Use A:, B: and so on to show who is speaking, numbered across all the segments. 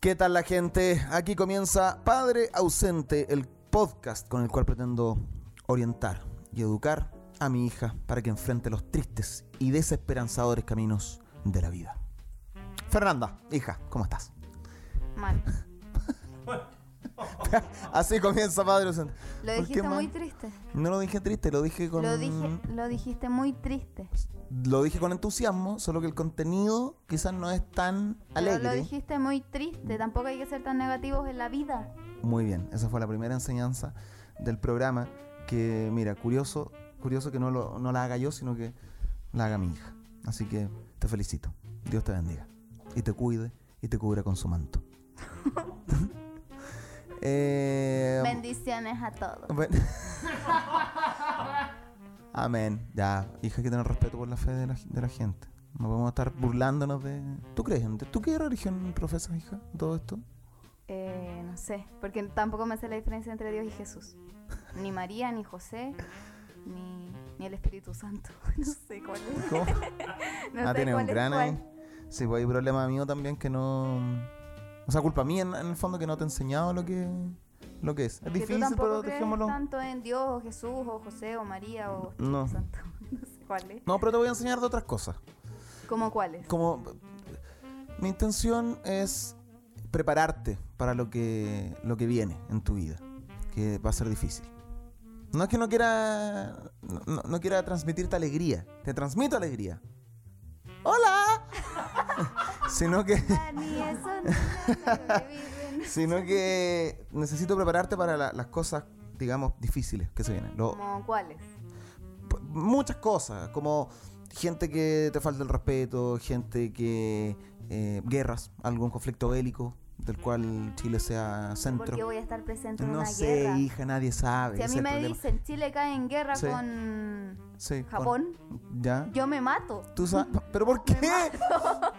A: ¿Qué tal la gente? Aquí comienza Padre Ausente, el podcast con el cual pretendo orientar y educar a mi hija para que enfrente los tristes y desesperanzadores caminos de la vida. Fernanda, hija, ¿cómo estás?
B: Mal.
A: Así comienza Padre Ausente.
B: Lo
A: ¿Por qué,
B: dijiste
A: man?
B: muy triste.
A: No lo dije triste, lo dije con...
B: Lo dije, lo dijiste muy triste.
A: lo dije con entusiasmo, solo que el contenido quizás no es tan
B: Pero
A: alegre.
B: lo dijiste muy triste. Tampoco hay que ser tan negativos en la vida.
A: Muy bien, esa fue la primera enseñanza del programa que, mira, curioso, curioso que no, lo- no la haga yo, sino que la haga mi hija. Así que te felicito. Dios te bendiga. Y te cuide y te cubra con su manto. Eh,
B: Bendiciones a todos.
A: ben- Amén. Ya, hija, hay que tener respeto por la fe de la, de la gente. No podemos estar burlándonos de... ¿Tú crees? en- ¿Tú qué religión profesas, hija? Todo esto.
B: Eh, no sé, porque tampoco me sé la diferencia entre Dios y Jesús. Ni María, ni José, ni, ni el Espíritu Santo. No sé cuál es.
A: ¿Cómo?
B: No
A: ah,
B: sé
A: tiene
B: cuál
A: un
B: es
A: gran
B: cuál.
A: ahí. Sí, pues hay problema mío también que no. O sea, culpa mía en, en el fondo que no te he enseñado lo que, lo que es. Es
B: Que tú
A: difícil,
B: tampoco
A: pero
B: crees
A: dejémoslo.
B: tanto en Dios o Jesús o José o María o Espíritu
A: No.
B: Santo. No sé cuál es.
A: No, pero te voy a enseñar de otras cosas.
B: ¿Cómo cuáles?
A: Como. Mi intención es prepararte para lo que, lo que viene en tu vida, que va a ser difícil. No es que no quiera, no, no- no quiera transmitirte alegría, te transmito alegría. ¡Hola! Sino que...
B: Ni eso, ni nada, ni viven.
A: sino que necesito prepararte para la- las cosas, digamos, difíciles que se vienen. Lo-
B: ¿Cómo cuáles?
A: p- muchas cosas, como gente que te falta el respeto, gente que... eh, guerras, algún conflicto bélico del cual Chile sea centro.
B: Porque voy a estar presente en
A: No
B: una
A: sé,
B: guerra.
A: hija, nadie sabe.
B: Si a
A: ese es
B: mí
A: el
B: me
A: problema.
B: dicen Chile cae en guerra
A: Sí.
B: con
A: Sí, con-
B: Japón,
A: ¿Ya?
B: yo me mato.
A: ¿Tú sabes? ¿Pero por qué?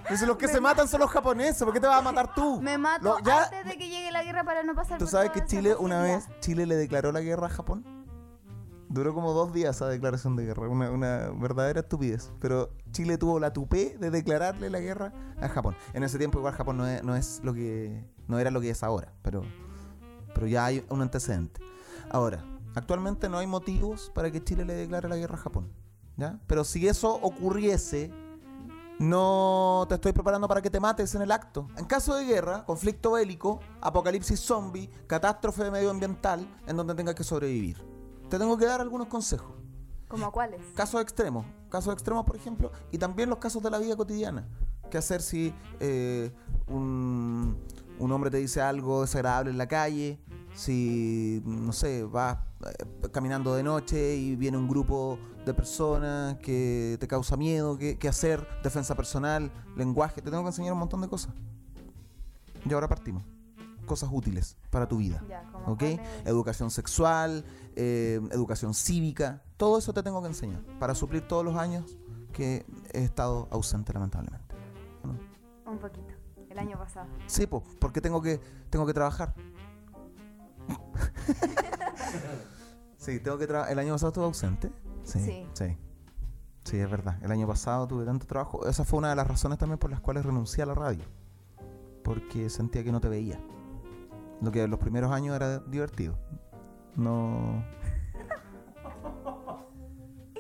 A: Dicen, los que se matan son los japoneses, ¿por qué te vas a matar tú?
B: Me mato
A: Lo- ya-
B: antes de que llegue la guerra para no pasar
A: ¿Tú
B: por
A: sabes
B: toda
A: que
B: esa
A: Chile una vez,
B: tragedia.
A: Chile le declaró la guerra a Japón? Duró como dos días esa declaración de guerra, una, una verdadera estupidez. Pero Chile tuvo la tupé de declararle la guerra a Japón. En ese tiempo igual Japón no, es, no es lo que no era lo que es ahora, pero pero ya hay un antecedente. Ahora, actualmente no hay motivos para que Chile le declare la guerra a Japón, ¿ya? Pero si eso ocurriese, no te estoy preparando para que te mates en el acto. En caso de guerra, conflicto bélico, apocalipsis zombie, catástrofe medioambiental, en donde tengas que sobrevivir. Te tengo que dar algunos consejos.
B: ¿Como cuáles?
A: Casos extremos, casos extremos, por ejemplo, y también los casos de la vida cotidiana. ¿Qué hacer si eh, un, un hombre te dice algo desagradable en la calle? Si, no sé, vas eh, caminando de noche y viene un grupo de personas que te causa miedo, ¿qué, qué hacer? Defensa personal, lenguaje, te tengo que enseñar un montón de cosas. Y ahora partimos. Cosas útiles para tu vida.
B: Ya, como
A: ¿Ok?
B: cuáles.
A: Educación sexual, eh, educación cívica. Todo eso te tengo que enseñar para suplir todos los años que he estado ausente, lamentablemente. ¿No?
B: Un poquito. El año pasado.
A: Sí, po, porque tengo que, tengo que trabajar. sí, tengo que trabajar. ¿El año pasado estuve ausente? Sí, sí.
B: Sí.
A: Sí. es verdad. El año pasado tuve tanto trabajo. Esa fue una de las razones también por las cuales renuncié a la radio. Porque sentía que no te veía. Lo que en los primeros años era divertido. No.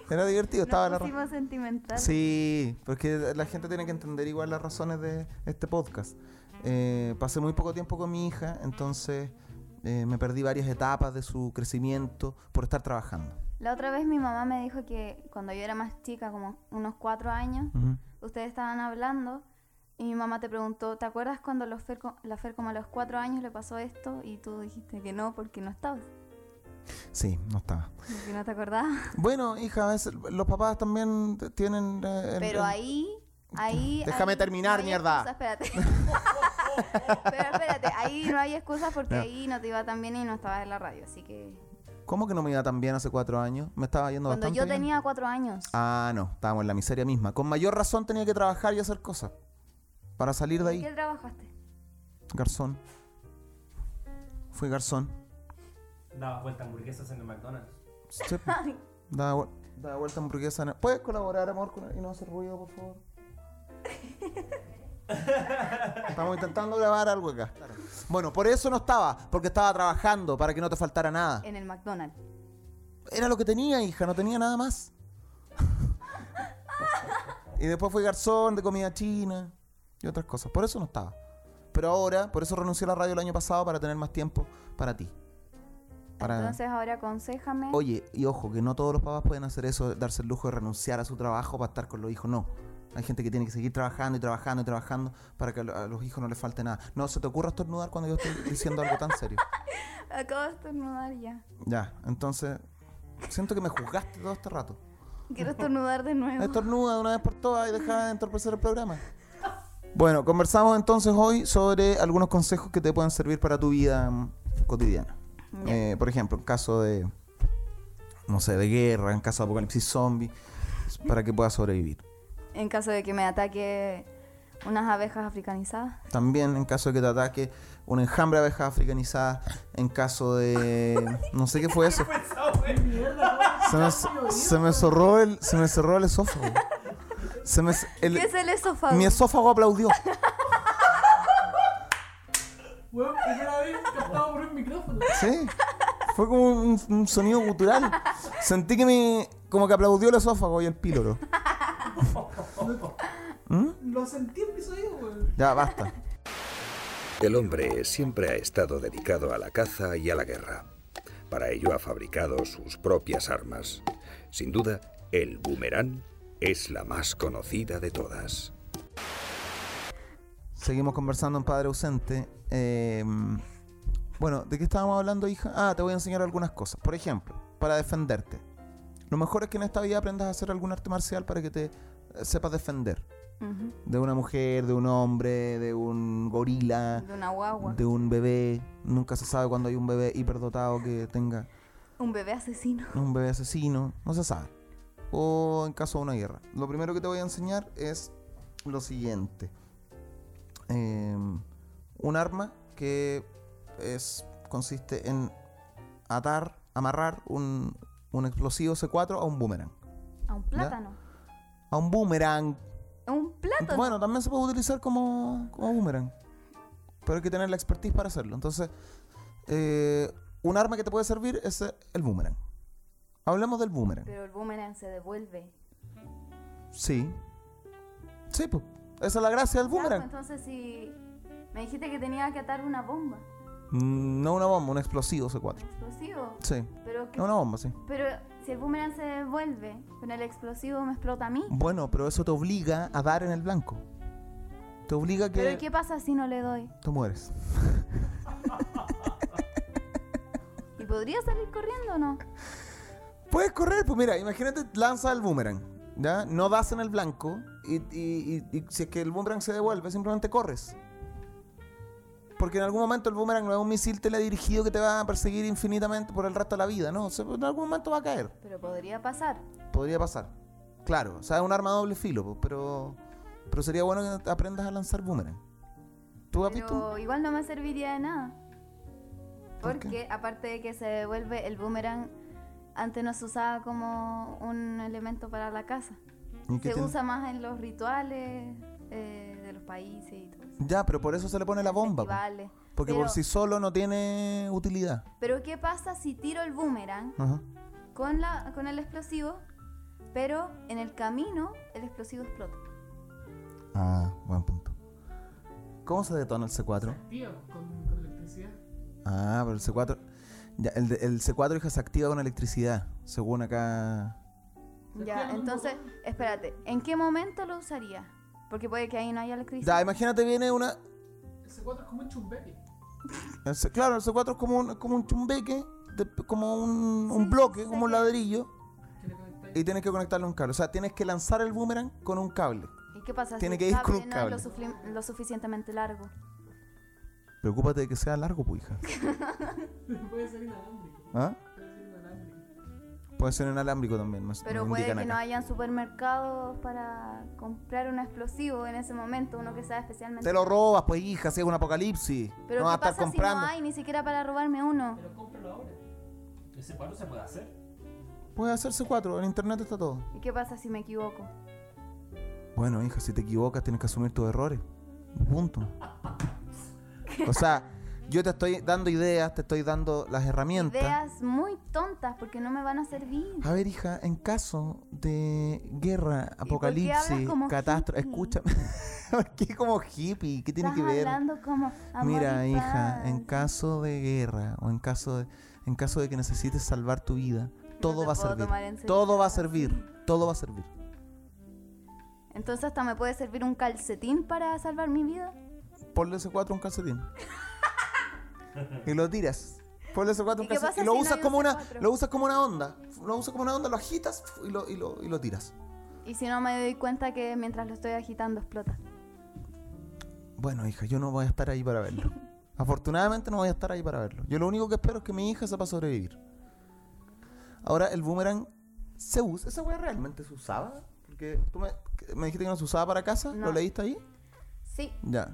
A: Era divertido, estaba
B: Nos
A: la radio.
B: pusimos sentimental.
A: Sí, porque la gente tiene que entender igual las razones de este podcast. Eh, pasé muy poco tiempo con mi hija, entonces eh, me perdí varias etapas de su crecimiento por estar trabajando.
B: La otra vez mi mamá me dijo que cuando yo era más chica, como unos cuatro años,
A: Ujú.
B: ustedes estaban hablando y mi mamá te preguntó, ¿te acuerdas cuando los Fer co- la Fer como a los cuatro años le pasó esto? Y tú dijiste que no porque no estabas,
A: Sí, no estaba.
B: porque no te acordabas.
A: Bueno, hija, a veces los papás también t- tienen... eh, el-
B: Pero
A: el-
B: ahí, ahí...
A: Déjame
B: ahí
A: terminar,
B: hay
A: mierda.
B: excusas, espérate. Pero espérate, ahí no hay excusas porque
A: Ya.
B: ahí no te iba tan bien y no estabas en la radio, así que...
A: ¿Cómo que no me iba tan bien hace cuatro años? Me estaba yendo
B: cuando
A: bastante
B: yo
A: bien.
B: tenía cuatro años.
A: Ah, no, estábamos en la miseria misma. Con mayor razón tenía que trabajar y hacer cosas para salir de ahí.
B: ¿En qué trabajaste?
A: Garzón. Fui garzón.
C: Daba vuelta hamburguesas en el McDonald's.
A: Sí, pues. po. da, vuel- da vuelta hamburguesa. en el- ¿Puedes colaborar, amor, con- y no hacer ruido, por favor? Estamos intentando grabar algo acá. Bueno, por eso no estaba, porque estaba trabajando para que no te faltara nada.
B: En el McDonald's.
A: Era lo que tenía, hija, no tenía nada más. y después fui garzón de comida china y otras cosas. Por eso no estaba. Pero ahora, por eso renuncié a la radio el año pasado para tener más tiempo para ti. Para-
B: Entonces ahora aconsejame.
A: Oye, y ojo, que no todos los papás pueden hacer eso, darse el lujo de renunciar a su trabajo para estar con los hijos, no. Hay gente que tiene que seguir trabajando y trabajando y trabajando para que a lo- a los hijos no les falte nada. No, se te ocurra estornudar cuando yo estoy diciendo algo tan serio.
B: Acabo de estornudar ya.
A: Ya, entonces, siento que me juzgaste todo este rato.
B: Quiero estornudar de nuevo.
A: Estornuda de una vez por todas y deja de entorpecer el programa. Bueno, conversamos entonces hoy sobre algunos consejos que te pueden servir para tu vida mm, cotidiana.
B: Ya.
A: Eh, por ejemplo, en caso de, no sé, de guerra, en caso de apocalipsis zombie, para que puedas sobrevivir.
B: En caso de que me ataque unas abejas africanizadas.
A: También en caso de que te ataque un enjambre de abejas africanizadas, en caso de... No sé qué fue eso. Se me, se me cerró el, se me cerró el esófago. Se me, el-
B: ¿Qué es el esófago?
A: mi esófago aplaudió.
D: Weón, primera vez captado por un micrófono.
A: Sí. Fue como un, un sonido gutural. Sentí que me. como que aplaudió el esófago y el píloro. ¿Mm?
D: Lo sentí en mis oídos, weón.
A: Ya, basta.
E: El hombre siempre ha estado dedicado a la caza y a la guerra. Para ello ha fabricado sus propias armas. Sin duda, el boomerang es la más conocida de todas.
A: Seguimos conversando en Padre Ausente. Eh, bueno, ¿de qué estábamos hablando, hija? Ah, te voy a enseñar algunas cosas. Por ejemplo, para defenderte. Lo mejor es que en esta vida aprendas a hacer algún arte marcial para que te eh, sepas defender.
B: Ujú.
A: De una mujer, de un hombre, de un gorila,
B: De una guagua.
A: de un bebé. Nunca se sabe cuando hay un bebé hiperdotado que tenga
B: Un bebé asesino.
A: un bebé asesino, no se sabe. O en caso de una guerra. Lo primero que te voy a enseñar es lo siguiente. Eh, un arma que es, consiste en atar, amarrar un, un explosivo C4 a un boomerang.
B: A un plátano.
A: A un boomerang.
B: A un plátano.
A: Bueno, también se puede utilizar como, como boomerang. Pero hay que tener la expertise para hacerlo. Entonces, eh, un arma que te puede servir es eh, el boomerang. Hablemos del boomerang.
B: Pero el boomerang se devuelve.
A: Sí. Sí, pues. Esa es la gracia del
B: Ya, pues,
A: boomerang.
B: Entonces si me dijiste que tenía que atar una bomba.
A: Mm, No una bomba, un explosivo
B: Un
A: C4.
B: explosivo.
A: Sí.
B: Pero, que-
A: No una bomba, sí.
B: pero si el boomerang se devuelve, con el explosivo me explota a mí.
A: Bueno, pero eso te obliga a dar en el blanco. Te obliga a que
B: Pero ¿y ¿qué pasa si no le doy?
A: tú mueres.
B: ¿Y podría salir corriendo o no?
A: Puedes correr, pues mira, imagínate, lanza el boomerang. ¿Ya? No das en el blanco. Y, y- y- y si es que el boomerang se devuelve, simplemente corres. Porque en algún momento el boomerang no es un misil teledirigido que te va a perseguir infinitamente por el resto de la vida, ¿no? Se- En algún momento va a caer.
B: Pero podría pasar.
A: Podría pasar. Claro, o sea, es un arma de doble filo, po, pero pero sería bueno que aprendas a lanzar boomerang. ¿Tú has visto?
B: Pero igual no me serviría de nada.
A: ¿Por
B: Porque aparte de que se devuelve el boomerang, antes no se usaba como un elemento para la casa.
A: ¿Y qué
B: Se
A: tiene?
B: usa más en los rituales eh, de los países y todo eso.
A: Ya, pero por eso se le pone la bomba. po,
B: Festivales.
A: Porque
B: pero,
A: por sí solo no tiene utilidad.
B: pero ¿qué pasa si tiro el boomerang
A: Ajá.
B: con, la, con el explosivo, pero en el camino el explosivo explota?
A: Ah, buen punto. ¿Cómo se detona el C4?
D: Tío, con, con electricidad.
A: Ah, pero el C4. Ya, el, de- el C4 hija se activa con electricidad, según acá.
B: Ya, entonces, espérate, ¿en qué momento lo usaría? Porque puede que ahí no haya electricidad.
A: Ya, imagínate viene una.
D: Ese 4 es como un chumbeque.
A: el C- claro, el C4 es como un, como un chumbeque, de- como un,
B: Sí,
A: un bloque,
B: sé
A: como un
B: que-
A: ladrillo.
D: Que le conectáis.
A: y tienes que conectarle un cable. O sea, tienes que lanzar el boomerang con un cable.
B: ¿Y qué pasa
A: Tiene
B: si
A: que
B: el
A: ir con un
B: no es lo, sufli- lo suficientemente largo?
A: Preocúpate de que sea largo, pues, hija.
D: Puede ser inalámbrico.
A: ¿Ah?
D: Puede ser inalámbrico.
A: Puede ser inalámbrico también, me,
B: Pero
A: me
B: puede que
A: indican
B: no
A: acá.
B: hayan supermercados para comprar un explosivo en ese momento, uno que sea especialmente...
A: Te lo robas, pues, hija, si es un apocalipsis.
B: Pero
A: no vas a
B: ¿qué
A: estar
B: pasa
A: comprando.
B: si no hay ni siquiera para robarme uno?
D: Pero cómpralo ahora.
C: ¿Ese cuadro se puede hacer?
A: Puede hacerse cuatro, en internet está todo.
B: ¿Y qué pasa si me equivoco?
A: Bueno, hija, si te equivocas, tienes que asumir tus errores. Punto. O sea, yo te estoy dando ideas, te estoy dando las herramientas.
B: Ideas muy tontas porque no me van a servir.
A: A ver, hija, en caso de guerra,
B: por qué hablas
A: apocalipsis,
B: como
A: catástrofe,
B: hippie?
A: escúchame. ¿Por ¿Qué como hippie? ¿Qué tiene
B: Estás
A: que ver?
B: hablando como amor
A: Mira,
B: y
A: hija,
B: paz.
A: en caso de guerra o en caso de, en caso de que necesites salvar tu vida, todo
B: te
A: va a
B: puedo tomar
A: servir.
B: en serio
A: Todo va a
B: así.
A: servir. Todo va a servir.
B: Entonces hasta me puede servir un calcetín para salvar mi vida.
A: Ponle ese 4 a un calcetín. y lo tiras. Ponle ese 4 a un
B: ¿Y qué
A: calcetín.
B: pasa
A: Y lo
B: si no
A: usas
B: hay
A: como
B: un
A: una.
B: C4?
A: Lo usas como una onda. Lo usas como una onda, lo agitas y lo, y lo, y lo tiras.
B: Y si no me doy cuenta que mientras lo estoy agitando explota.
A: Bueno, hija, yo no voy a estar ahí para verlo. Afortunadamente no voy a estar ahí para verlo. Yo lo único que espero es que mi hija sepa sobrevivir. Ahora, el boomerang se usa. ¿Esa weá realmente se usaba? Porque tú me, que- me dijiste que no se usaba para casa. ¿Lo
B: No.
A: leíste ahí?
B: Sí.
A: Ya.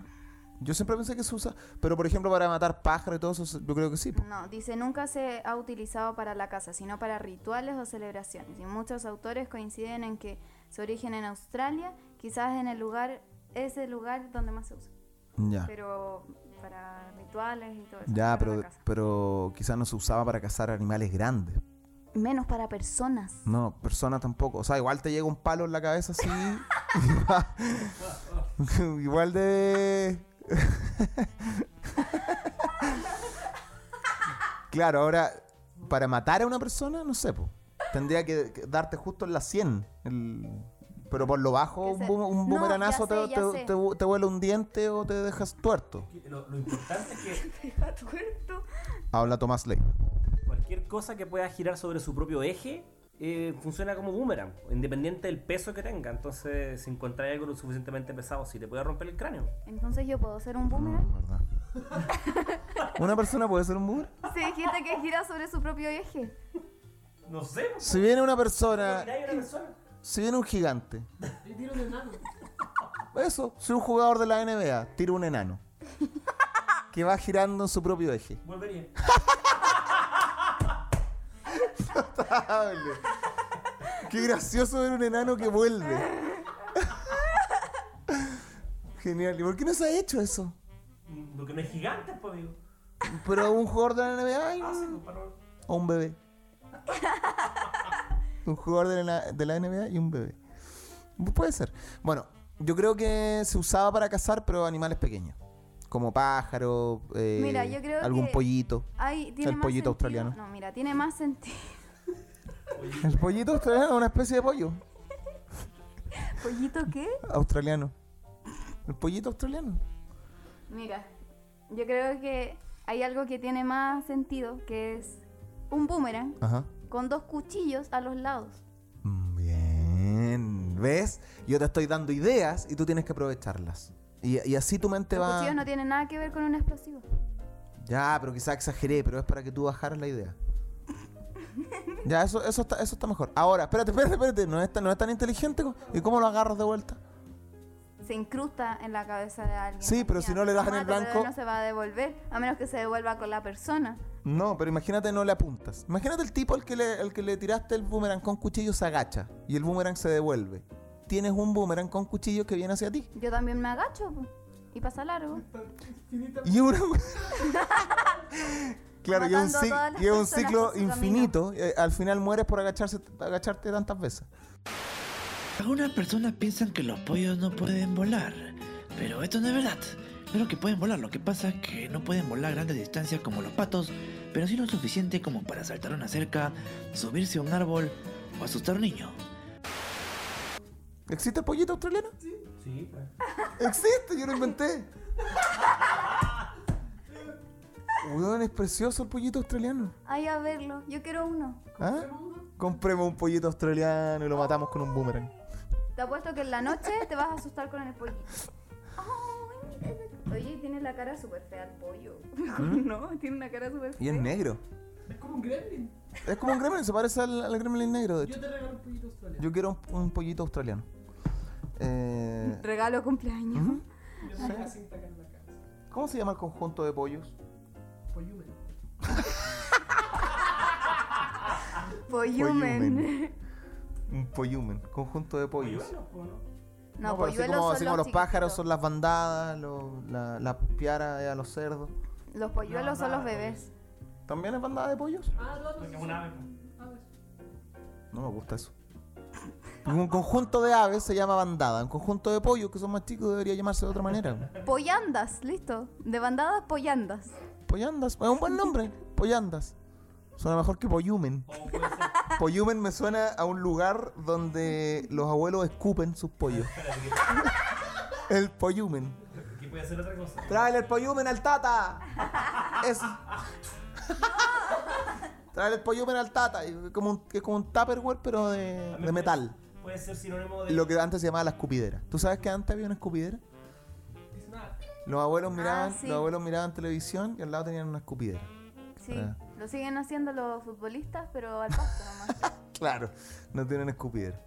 A: Yo siempre pensé que se usa. Pero, por ejemplo, para matar pájaros y todo eso, se- yo creo que sí. po.
B: No, dice nunca se ha utilizado para la casa, sino para rituales o celebraciones. Y muchos autores coinciden en que su origen en Australia, quizás en el lugar, es el lugar donde más se usa.
A: Ya.
B: Mm. Pero para rituales y todo eso.
A: Ah. Ya,
B: para
A: pero,
B: la casa.
A: pero quizás no se usaba para cazar animales grandes.
B: Menos para personas.
A: No, persona tampoco. O sea, igual te llega un palo en la cabeza así. igual de. claro, ahora, para matar a una persona, no sé, po. Tendría que, que darte justo en la 100. el- pero por lo bajo,
B: Que
A: un,
B: se-
A: boom- un
B: No,
A: boomeranazo
B: ya sé,
A: te,
B: ya
A: te,
B: sé.
A: te- te vuela un diente o te dejas tuerto.
C: Lo, lo importante es que
A: Habla Tomás Ley.
C: cualquier cosa que pueda girar sobre su propio eje eh, funciona como boomerang, independiente del peso que tenga. Entonces, si encontrar algo lo suficientemente pesado, si te puede romper el cráneo.
B: Entonces yo puedo ser un boomerang.
A: ¿verdad? ¿Una persona puede ser un boomerang?
B: Se dijiste que gira sobre su propio eje.
C: No sé,
A: Si viene una
C: pero
A: persona
C: mira, hay una persona.
A: Si viene un gigante.
F: Le tiro de enano.
A: Eso, si un jugador de la NBA tira un enano. Que va girando en su propio eje.
C: Volvería.
A: Hable. Qué gracioso ver un enano que vuelve. Genial. ¿Y por qué no se ha hecho eso?
C: Lo que no es gigante, pues digo.
A: Pero un jugador de la NBA y
C: Ah, sí,
A: un-
C: pues, para-
A: o un bebé. Un jugador de la, de la NBA y un bebé. Puede ser. Bueno, yo creo que se usaba para cazar, pero animales pequeños. Como pájaro, eh,
B: Mira, yo creo
A: algún
B: que- Ah.
A: pollito.
B: Ay, tiene
A: El
B: más
A: pollito
B: sentido-
A: australiano.
B: No, mira, tiene más sentido.
A: El pollito australiano es una especie de pollo
B: ¿Pollito qué?
A: australiano. El pollito australiano.
B: Mira, yo creo que hay algo que tiene más sentido, que es un boomerang
A: Ajá.
B: con dos cuchillos a los lados.
A: Mm, Bien. ¿Ves? Yo te estoy dando ideas y tú tienes que aprovecharlas. Y, y así tu mente
B: Los
A: va.
B: cuchillos no tienen nada que ver con un explosivo.
A: Ya, pero quizá exageré, pero es para que tú bajaras la idea. ya, eso, eso, está, eso está mejor. Ahora, espérate, espérate, espérate. No es tan, no es tan inteligente. co- ¿Y cómo lo agarras de vuelta?
B: Se incrusta en la cabeza de alguien.
A: Sí, pero si no le das en el
B: Imagínate, pero
A: blanco-
B: No se va a devolver, a menos que se devuelva con la persona.
A: No, pero imagínate no le apuntas. Imagínate el tipo al que le, al que le tiraste el boomerang con cuchillo se agacha y el boomerang se devuelve. Tienes un boomerang con cuchillo que viene hacia ti.
B: Yo también me agacho po, y pasa largo.
F: Finita.
A: Y es una... claro, y es un,
B: Matando a
A: ci-
B: todas las
A: y es un
B: personas
A: ciclo
B: por su
A: infinito. Eh, al final mueres por agacharse, agacharte tantas veces.
D: Algunas personas piensan que los pollos no pueden volar, pero esto no es verdad. Claro que pueden volar, lo que pasa es que no pueden volar grandes distancias como los patos, pero sí lo suficiente como para saltar una cerca, subirse a un árbol o asustar a un niño.
A: ¿Existe el pollito australiano?
C: Sí, pues.
A: Existe, yo lo inventé. Weón, es precioso el pollito australiano.
B: Ay, a verlo, yo quiero uno.
A: ¿Ah? Compremos un pollito australiano y lo matamos con un boomerang.
B: Te apuesto que en la noche te vas a asustar con el pollito. Ay, mira ese- Oye, tiene la cara súper fea el pollo. No, tiene una cara súper fea.
A: ¿Ah? Y es negro.
F: Es como un gremlin.
A: Es como un gremlin, se parece al, al gremlin negro, de
F: Yo
A: hecho.
F: te regalo un pollito australiano.
A: Yo quiero un, un pollito australiano. Eh,
B: Regalo cumpleaños.
A: ujú.
F: Yo tengo una cinta acá en la cabeza.
A: ¿Cómo se llama el conjunto de pollos?
F: Pollumen.
B: Pollumen.
A: Pollumen. Un pollumen, conjunto de pollos.
C: Polluelos, pues, ¿no?
B: No,
A: pero así
B: polluelos
A: como,
B: son
A: así
B: los,
A: como los pájaros
B: chiquititos.
A: son las bandadas, lo- la, la piara eh, a los cerdos.
B: Los polluelos
G: No,
B: son
G: nada,
B: los bebés.
A: ¿También es bandada de pollos?
G: Ah, no,
C: Porque
G: no,
C: es un ave.
A: No me gusta eso. Un conjunto de aves se llama bandada. Un conjunto de pollos que son más chicos debería llamarse de otra manera.
B: Pollandas, listo. De bandadas, pollandas.
A: Pollandas. Es un buen nombre. Pollandas. Suena mejor que pollumen.
C: O puede ser,
A: Pollumen me suena a un lugar donde los abuelos escupen sus pollos. El pollumen.
C: que puede ser otra cosa.
A: Trae el pollumen al tata. Es. Trae el pollumen al tata. Es como un, es como un tupperware, pero de, de metal.
C: Puede ser sinónimo de.
A: Lo que antes se llamaba la escupidera. ¿Tú sabes que antes había una escupidera? Los abuelos miraban,
B: Ah, sí.
A: los abuelos miraban televisión y al lado tenían una escupidera.
B: Sí.
A: Ah.
B: Lo siguen haciendo los futbolistas, pero al pasto nomás.
A: Claro, no tienen escupidera.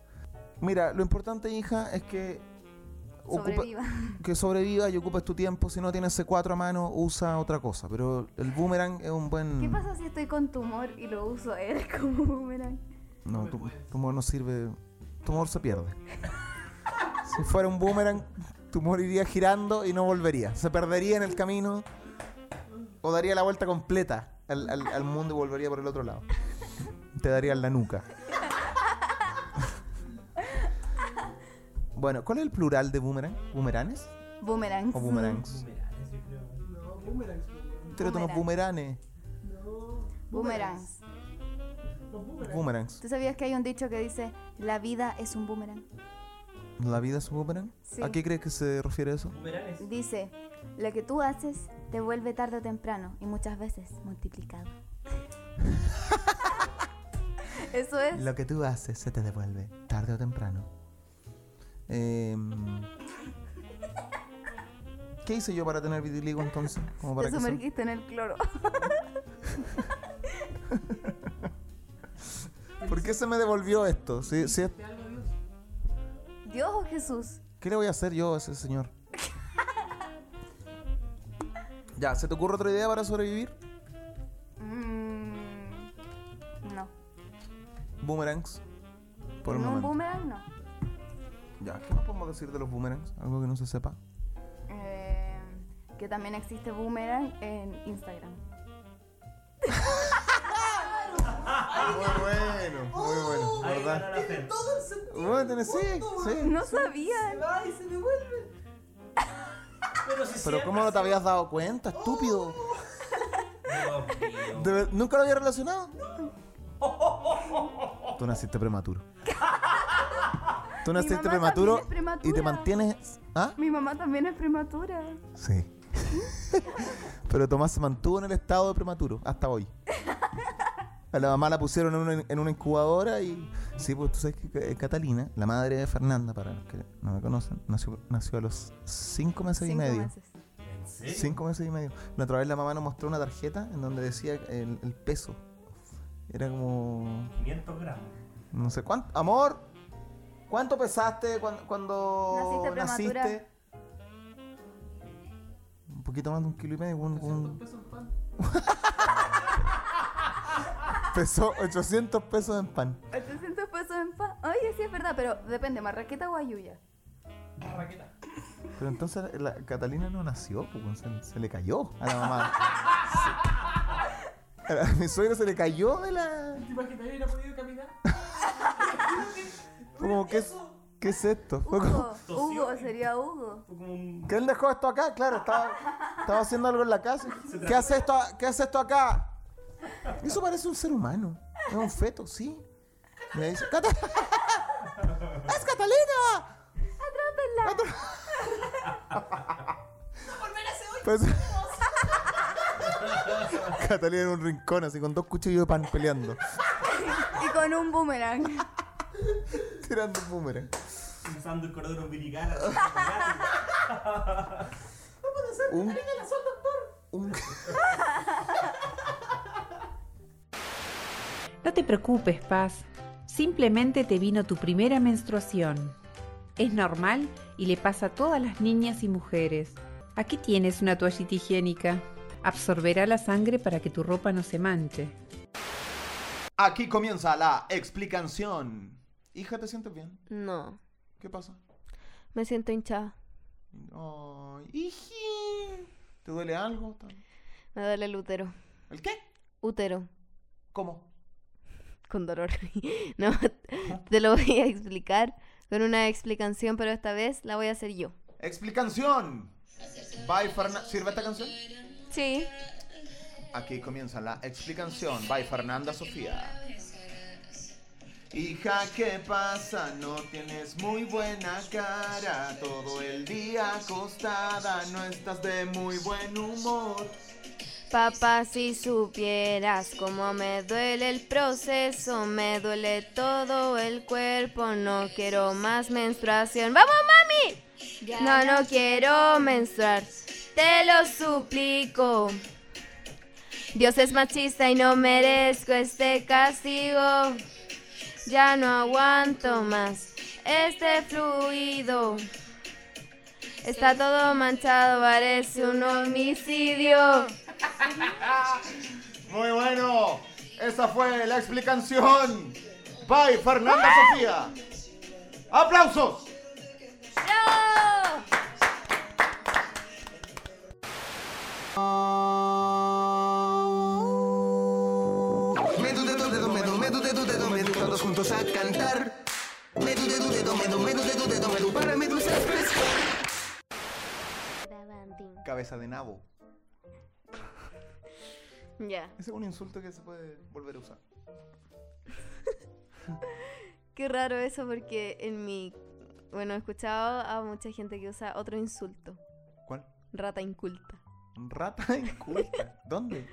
A: Mira, lo importante, hija, es que ocupa-
B: Sobreviva.
A: que sobreviva y ocupes tu tiempo. Si no tienes C4 a mano, usa otra cosa. Pero el boomerang es un buen.
B: ¿Qué pasa si estoy con tumor y lo uso a él como boomerang?
A: No, tu, tu humor no sirve. Tu humor se pierde. si fuera un boomerang, tu humor iría girando y no volvería. Se perdería en el camino o daría la vuelta completa al, al- al mundo y volvería por el otro lado. Te daría en la nuca. bueno, ¿cuál es el plural de boomerang? ¿Boomeranes?
B: Boomerangs.
A: ¿O boomerangs?
C: Mira, yo creo.
G: boomerangs, boomerangs.
A: Pero tenemos boomeranes.
G: No.
B: Boomerangs.
G: Los boomerangs.
A: Boomerangs.
B: ¿Tú sabías que hay un dicho que dice, la vida es un boomerang?
A: ¿La vida es un boomerang?
B: Sí.
A: ¿A qué crees que se refiere eso?
C: Boomerangs.
B: Dice, lo que tú haces te vuelve tarde o temprano y muchas veces multiplicado. Eso es.
A: Lo que tú haces se te devuelve, tarde o temprano. Em, ¿Qué hice yo para tener vitiligo entonces? Como para
B: Te
A: que se-
B: sumergiste en el cloro.
A: ¿Por qué se me devolvió esto? Si- si es-
G: ¿Te algo Dios?
B: Dios o Jesús.
A: ¿Qué le voy a hacer yo a ese señor? ya, ¿se te ocurre otra idea para sobrevivir?
B: Mm, no.
A: Boomerangs. Por el
B: No, un
A: momento.
B: boomerang no.
A: Ya, ¿qué más podemos decir de los boomerangs? Algo que no se sepa.
B: Eh, que también existe boomerang en Instagram.
A: Muy bueno, muy bueno,
C: Ahí ganó
A: ¿verdad?
C: la Fer.
G: Todo el sentido.
A: Bueno, sí, sí.
B: No sabían.
G: Va y se devuelve.
C: Pero si
A: Pero
C: siempre
A: ¿cómo no te
C: ha sido-
A: habías dado cuenta, estúpido?
C: Dios mío.
A: ¿De ver- ¿Nunca lo había relacionado? Tú naciste prematuro. Tú naciste
B: mamá
A: prematuro
B: también es prematura.
A: y te mantienes. ¿Ah?
B: Mi mamá también es prematura.
A: Sí. Pero Tomás se mantuvo en el estado de prematuro hasta hoy. A la mamá la pusieron en una, en una incubadora y. Sí, pues tú sabes que eh, Catalina, la madre de Fernanda, para los que no me conocen, nació, nació a los cinco meses y
B: Cinco
A: medio.
B: meses.
C: ¿En serio?
A: Cinco meses y medio. La otra vez la mamá nos mostró una tarjeta en donde decía el, el peso. Era como.
C: 500 gramos.
A: No sé cuánto. Amor, ¿cuánto pesaste cuan- cuando,
B: Naciste prematura.
A: naciste? Un poquito más de un kilo y medio. un- un-
G: Peso en pan.
A: pesó 800 pesos en pan.
B: 800 pesos en paz. Oye, sí es verdad, pero depende, ¿marraqueta o ayuya?
G: Raqueta.
A: Pero entonces la, Catalina no nació, pues, weón, se, se le cayó a la mamá. Se- a la- a mi suegra se le cayó de la.
G: ¿Te imaginas que hubiera podido caminar?
A: Como, ¿qué, es, ¿Qué es esto? Fue como-
B: Hugo, Hugo, sería Hugo.
C: Fue como un.
A: ¿Que él dejó esto acá? Claro, estaba, estaba haciendo algo en la casa. ¿Qué hace esto, a- qué hace esto acá? Eso parece un ser humano. Es un feto, sí. Me dice, "Cata- ¡Es Catalina!
B: Atrápenla.
A: Pues- Catalina en un rincón, así con dos cuchillos de pan peleando.
B: Y con un boomerang.
A: Tirando un boomerang.
C: Usando el cordón umbilical.
A: Un,
G: ¡Venga, soy doctor!
A: un-
H: No te preocupes, Paz. Simplemente te vino tu primera menstruación. Es normal y le pasa a todas las niñas y mujeres. Aquí tienes una toallita higiénica. Absorberá la sangre para que tu ropa no se manche.
A: Aquí comienza la explicación. Hija, ¿te sientes bien?
I: No,
A: ¿Qué pasa?
B: Me siento hinchada.
A: Ay, hijín. ¿Te duele algo?
B: Me duele el útero.
A: ¿El qué?
B: Útero.
A: ¿Cómo?
B: Con dolor. no, te lo voy a explicar con una explicación, pero esta vez la voy a hacer yo.
A: Explicación. By Ferna- ¿Sirve esta canción?
B: Sí.
A: Aquí comienza la explicación by Fernanda Sofía. Hija, ¿qué pasa? No tienes muy buena cara. Todo el día acostada, no estás de muy buen humor.
B: Papá, si supieras cómo me duele el proceso, me duele todo el cuerpo, no quiero más menstruación. ¡Vamos, mami! No, no quiero menstruar, te lo suplico. Dios es machista y no merezco este castigo. Ya no aguanto más este fluido. Está todo manchado, parece un homicidio.
A: Muy bueno, esa fue la explicación by Fernanda Sofía. ¡Aplausos!
B: ¡Bravo!
J: Medu dedo dedo medu medu dedo dedo medu todos juntos a cantar. Medu dedo dedo medu medu dedo dedo medu para medusas frescas.
A: Cabeza de nabo.
B: Ya.
A: Ese es un insulto que se puede volver a usar.
B: Qué raro eso porque en mi... Bueno, he escuchado a mucha gente que usa otro insulto.
A: ¿Cuál?
B: Rata inculta.
A: Rata inculta. ¿Dónde?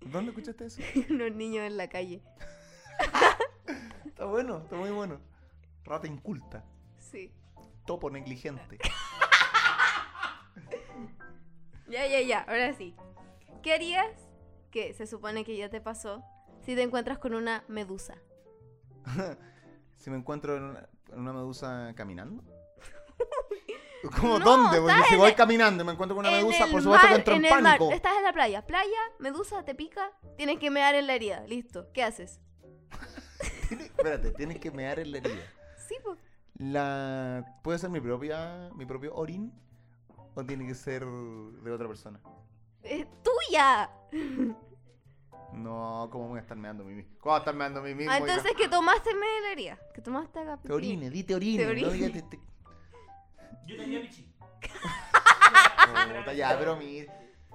A: ¿Dónde escuchaste eso?
B: Los niños en la calle.
A: Está bueno, está muy bueno. Rata inculta.
B: Sí.
A: Topo negligente.
B: Ya, ya, ya. Ahora sí. ¿Qué harías? Que se supone que ya te pasó. Si te encuentras con una medusa.
A: si me encuentro en una, en una medusa caminando. ¿Cómo
B: No,
A: dónde? Porque
B: estás
A: si
B: en
A: voy
B: el-
A: caminando y me encuentro con una
B: en
A: medusa,
B: el
A: por supuesto
B: mar,
A: que entro en,
B: en el mar.
A: pánico.
B: Estás en la playa. Playa, medusa, te pica. Tienes que mear en la herida. Listo. ¿Qué haces?
A: Espérate, tienes que mear en la herida.
B: Sí, pues.
A: La... ¿Puede ser mi propia, mi propio orín? ¿O tiene que ser de otra persona?
B: ¡Es tuya!
A: No, ¿cómo voy a estar meando a mí mismo? ¿Cómo voy a estar meando a mí mismo?
B: Ah,
A: oiga?
B: entonces que tomaste media de la herida. Que tomaste acá.
A: Te orine, di te orine.
B: Te
A: no
B: orine.
A: digas te- te-
K: Yo tenía pichi.
B: Ah.
A: Puta, ya, pero mi...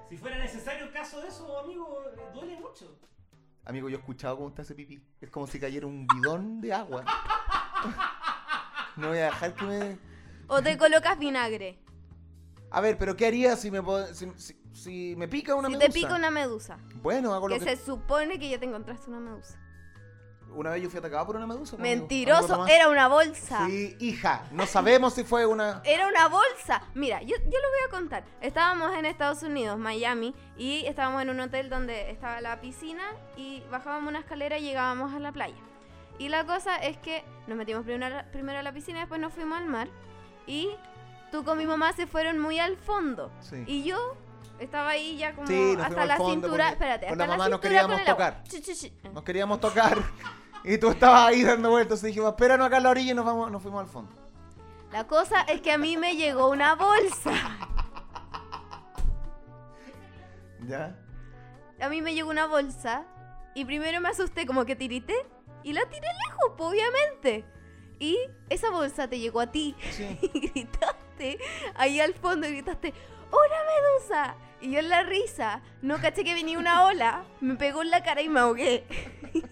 K: Si fuera necesario el caso de eso, amigo, eh, duele mucho.
A: Amigo, yo he escuchado cómo está ese pipí. Es como si cayera un bidón de agua. No voy a dejar que me...
B: O te colocas vinagre.
A: A ver, pero ¿qué haría si me, po- si, si- si me pica una
B: si
A: medusa?
B: te pica una medusa.
A: Bueno, hago lo
B: Que
A: que...
B: se supone que ya te encontraste una medusa.
A: Una vez yo fui atacado por una medusa. pues, amigo. Algo
B: Mentiroso,
A: nomás.
B: era una bolsa.
A: Sí, hija, no sabemos si fue una...
B: Era una bolsa. Mira, yo, yo lo voy a contar. Estábamos en Estados Unidos, Miami, y estábamos en un hotel donde estaba la piscina y bajábamos una escalera y llegábamos a la playa. Y la cosa es que nos metimos primero, primero a la piscina, después nos fuimos al mar y tú con mi mamá se fueron muy al fondo.
A: Sí.
B: Y yo estaba ahí ya como
A: Sí, nos fuimos
B: hasta
A: al
B: la
A: fondo
B: cintura.
A: porque
B: Espérate,
A: con
B: hasta
A: la mamá no
B: cintura
A: queríamos
B: con el
A: tocar.
B: agua. Ch, ch, ch.
A: Nos queríamos tocar y tú estabas ahí dando vueltas. Y dijimos, espéranos acá a la orilla y nos, vamos, nos fuimos al fondo.
B: La cosa es que a mí me llegó una bolsa.
A: ¿Ya?
B: A mí me llegó una bolsa y primero me asusté como que tirité y la tiré lejos, po, obviamente. Y esa bolsa te llegó a ti
A: Sí.
B: y gritaste ahí al fondo, gritaste, ¡Una medusa! Y yo en la risa, no caché que venía una ola, me pegó en la cara y me ahogué.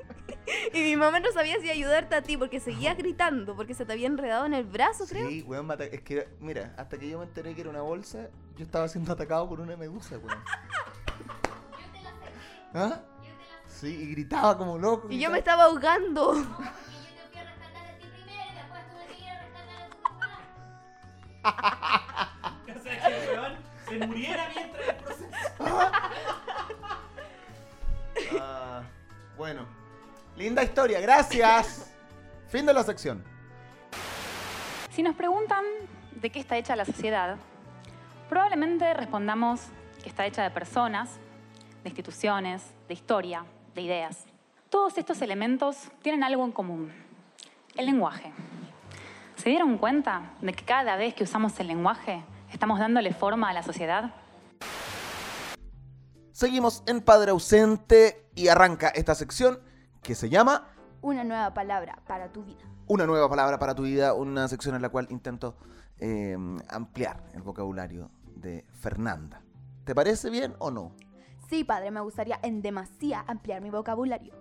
B: y mi mamá no sabía si ayudarte a ti porque seguías gritando, porque se te había enredado en el brazo, creo.
A: Sí, weón, me ata- es que, mira, hasta que yo me enteré que era una bolsa, yo estaba siendo atacado por una medusa, weón. ¿Ah? Sí, y gritaba como loco.
B: Y yo
A: gritaba.
B: me estaba ahogando.
K: O sea, que el weón se muriera mientras el proceso.
A: Ah, bueno, linda historia, gracias. fin de la sección.
L: Si nos preguntan de qué está hecha la sociedad, probablemente respondamos que está hecha de personas, de instituciones, de historia, de ideas. Todos estos elementos tienen algo en común, el lenguaje. ¿Se dieron cuenta de que cada vez que usamos el lenguaje estamos dándole forma a la sociedad?
A: Seguimos en Padre Ausente y arranca esta sección que se llama
M: Una nueva palabra para tu vida.
A: una nueva palabra para tu vida, una sección en la cual intento eh, ampliar el vocabulario de Fernanda. ¿Te parece bien o no?
M: Sí, padre, me gustaría en demasía ampliar mi vocabulario.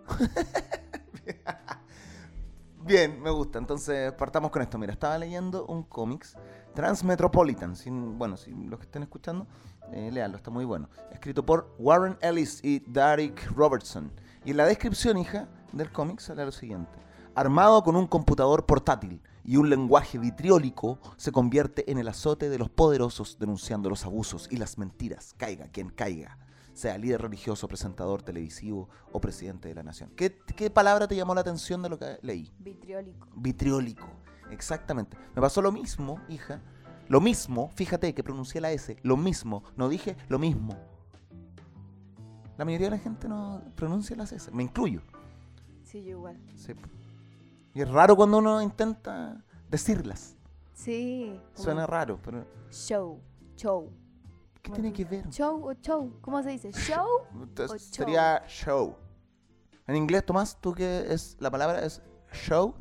A: Bien, me gusta. Entonces partamos con esto. Mira, estaba leyendo un cómics, Transmetropolitan. sin- bueno, si los que estén escuchando, eh, léanlo, está muy bueno. Escrito por Warren Ellis y Derek Robertson. Y en la descripción, hija, del cómic sale lo siguiente. Armado con un computador portátil y un lenguaje vitriólico, se convierte en el azote de los poderosos denunciando los abusos y las mentiras, caiga quien caiga. Sea líder religioso, presentador televisivo o presidente de la nación. ¿Qué, qué palabra te llamó la atención de lo que leí?
M: Vitriólico.
A: vitriólico. Exactamente. Me pasó lo mismo, hija. Lo mismo, fíjate que pronuncié la S, lo mismo, no dije lo mismo. La mayoría de la gente no pronuncia las S, me incluyo.
M: Sí, yo igual.
A: Sí. Y es raro cuando uno intenta decirlas.
M: Sí. como
A: Suena raro, pero
M: Show. Show.
A: ¿qué tiene que ver?
M: Show o show. ¿Cómo se dice? Show.
A: Entonces,
M: show.
A: sería show. En inglés, Tomás, tú que es la palabra es show.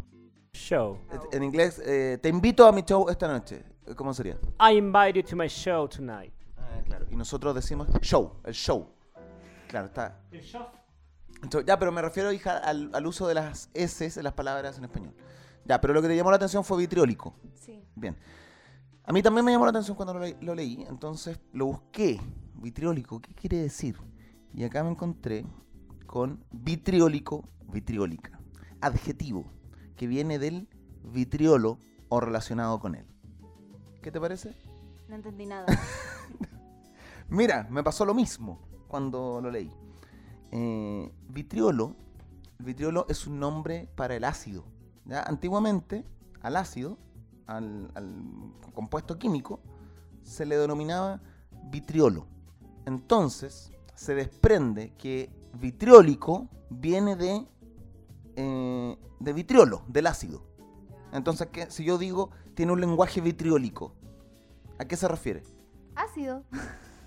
C: Show.
A: En inglés, eh, te invito a mi show esta noche. ¿Cómo sería?
C: I invite you to my show tonight.
A: Claro, y nosotros decimos show, el show. Claro, está.
K: El show.
A: Entonces, ya, pero me refiero, hija, al, al uso de las S en las palabras en español. Ya, pero lo que te llamó la atención fue vitriólico.
M: Sí.
A: Bien. A mí también me llamó la atención cuando lo, le- lo leí, entonces lo busqué. Vitriólico, ¿qué quiere decir? Y acá me encontré con vitriólico, vitriólica. Adjetivo, que viene del vitriolo o relacionado con él. ¿Qué te parece?
M: No entendí nada.
A: Mira, me pasó lo mismo cuando lo leí. Eh, vitriolo, el vitriolo es un nombre para el ácido. ¿ya? Antiguamente, al ácido, al, al compuesto químico, se le denominaba vitriolo. Entonces, se desprende que vitriólico viene de, eh, de vitriolo, del ácido. Entonces, ¿qué? si yo digo, tiene un lenguaje vitriólico, ¿a qué se refiere?
M: Ácido.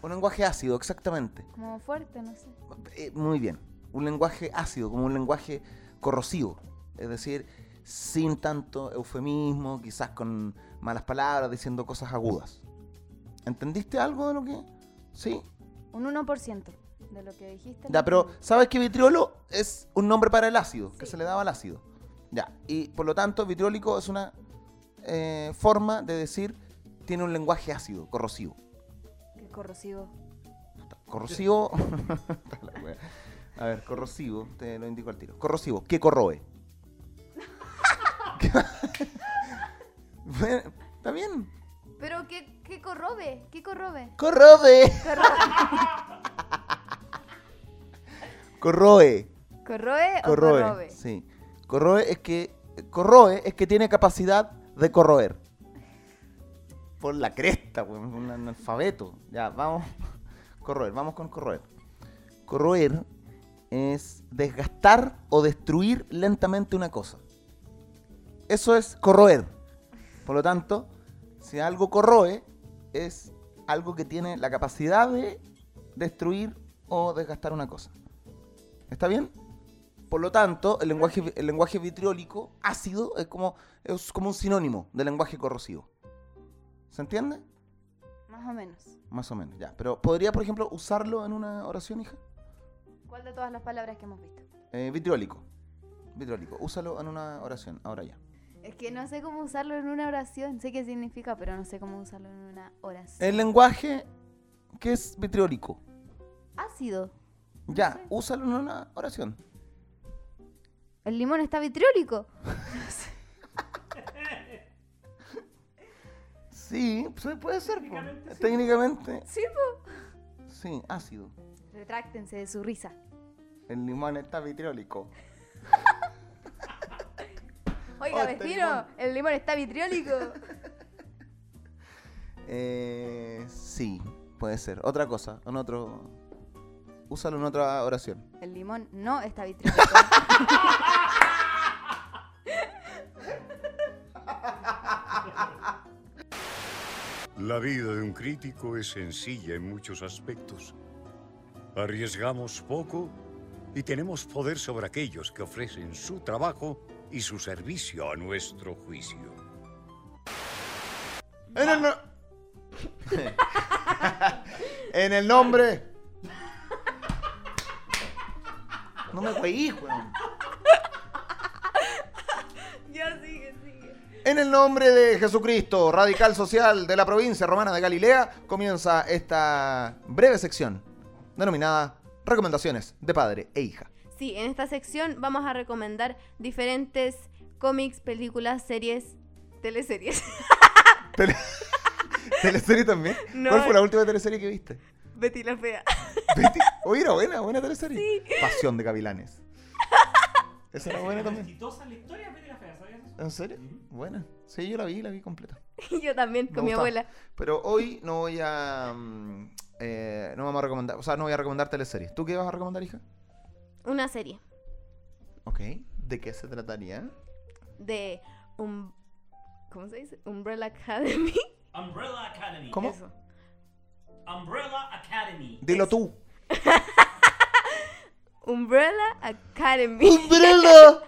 A: Un lenguaje ácido, exactamente.
M: Como fuerte, no sé.
A: Eh, muy bien. Un lenguaje ácido, como un lenguaje corrosivo. Es decir, sin tanto eufemismo, quizás con malas palabras, diciendo cosas agudas. ¿Entendiste algo de lo que? Sí.
M: Un 1% de lo que dijiste.
A: Ya, pero ¿sabes que vitriolo es un nombre para el ácido? Que se le daba al ácido. Ya. Y por lo tanto, vitriólico es una eh, forma de decir tiene un lenguaje ácido, corrosivo.
M: Qué corrosivo.
A: Corrosivo. La wea. A ver, corrosivo, te lo indico al tiro. Corrosivo, ¿qué corroe? Bueno, Está bien.
M: Pero qué, qué corrobe. ¿Qué corrobe?
A: Corrobe.
M: Corrobe.
A: Corroe.
M: ¿Corroe o
A: Corroe.
M: corrobe?
A: Sí. Corroe es que. Corroe es que tiene capacidad de corroer. Por la cresta, weón, un analfabeto. Ya, vamos. Corroer, vamos con corroer. Corroer es desgastar o destruir lentamente una cosa. Eso es corroer. Por lo tanto, si algo corroe, es algo que tiene la capacidad de destruir o desgastar una cosa. ¿Está bien? Por lo tanto, el lenguaje, vi- el lenguaje vitriólico ácido es como, es como un sinónimo del lenguaje corrosivo. ¿Se entiende?
M: Más o menos.
A: Más o menos, ya. Pero ¿podría, por ejemplo, usarlo en una oración, hija?
M: ¿Cuál de todas las palabras que hemos visto?
A: Eh, vitriólico. Vitriólico. Úsalo en una oración, ahora ya.
M: Es que no sé cómo usarlo en una oración. Sé qué significa, pero no sé cómo usarlo en una oración.
A: El lenguaje que es vitriólico. Eh.
M: Ácido.
A: Ya, úsalo en una oración.
M: El limón está vitriólico.
A: Sí, se puede ser. po. Técnicamente,
M: Sí, po.
A: sí, ácido.
M: Retráctense de su risa.
A: El limón está vitriólico.
M: Oiga,
A: Oh, está el
M: vecino, el limón está vitriólico.
A: Eh, sí, puede ser. Otra cosa, en otro. Úsalo en otra oración.
M: El limón no está vitriólico.
N: La vida de un crítico es sencilla en muchos aspectos. Arriesgamos poco y tenemos poder sobre aquellos que ofrecen su trabajo y su servicio a nuestro juicio.
A: En el, no- en el nombre. No me reí, weón.
B: Ya sigue, sigue.
A: En el nombre de Jesucristo, radical social de la provincia romana de Galilea, comienza esta breve sección denominada Recomendaciones de Padre e Hija.
B: Sí, en esta sección vamos a recomendar diferentes cómics, películas, series, teleseries.
A: ¿Teleserie también?
B: No.
A: ¿Cuál fue la última teleserie que viste?
B: Betty la fea.
A: Betty. Oye, era buena, buena teleserie. Pasión de Gavilanes. Esa era buena también.
K: Exitosa la historia de Betty la Fea, ¿sabías eso?
A: ¿En serio? Buena. Sí, yo la vi, la vi completa.
B: Yo también,
A: Me
B: con mi
A: gustaba.
B: abuela.
A: Pero hoy no voy a. mm, eh, no vamos a recomendar. O sea, no voy a recomendar teleseries. ¿Tú qué vas a recomendar, hija?
B: Una serie
A: Ok. ¿De qué se trataría?
B: de un... ¿Cómo se dice? Umbrella Academy.
K: Umbrella Academy.
A: ¿Cómo?
B: Eso.
K: Umbrella Academy.
A: Dilo tú.
B: Umbrella Academy.
A: ¡Umbrella!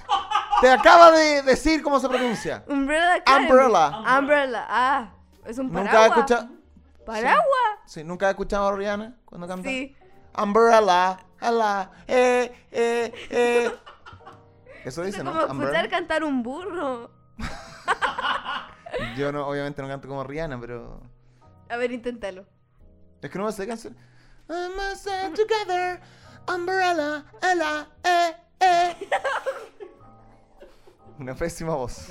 A: Te acaba de decir cómo se pronuncia.
B: Umbrella Academy.
A: Umbrella.
B: Umbrella. Ah, es un paraguas.
A: Nunca he escuchado.
B: ¿Paraguas?
A: Sí, nunca he escuchado a Rihanna cuando canta.
B: Sí.
A: Umbrella. ala, Eh, eh, eh. Eso dice, ¿no?
B: Como escuchar
A: Umbrella.
B: cantar un burro.
A: Yo no, obviamente no canto como Rihanna, pero.
B: A ver, inténtalo.
A: Es que no me sé canción.
J: I'm a set together, umbrella, ella, eh, eh.
A: Una pésima voz.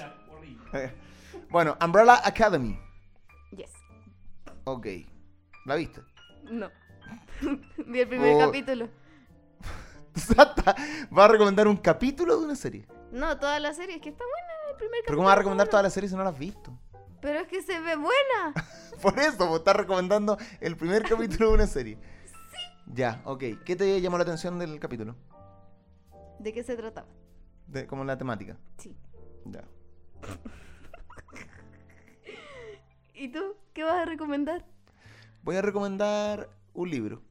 A: bueno, Umbrella Academy.
B: Yes.
A: Ok. ¿La viste?
B: No. Vi el primer
A: Oh.
B: capítulo.
A: Sata va a recomendar un capítulo de una serie.
B: No, toda la serie es que está buena el primer capítulo.
A: Pero ¿cómo va a recomendar
B: está
A: toda
B: bueno.
A: la serie si no la has visto?
B: Pero es que se ve buena.
A: Por eso, vos estás recomendando el primer capítulo de una serie. Ya, ok. ¿Qué te llamó la atención del capítulo?
B: ¿De qué se trataba?
A: De, como la temática.
B: Sí.
A: Ya.
B: ¿Y tú qué vas a recomendar?
A: Voy a recomendar un libro,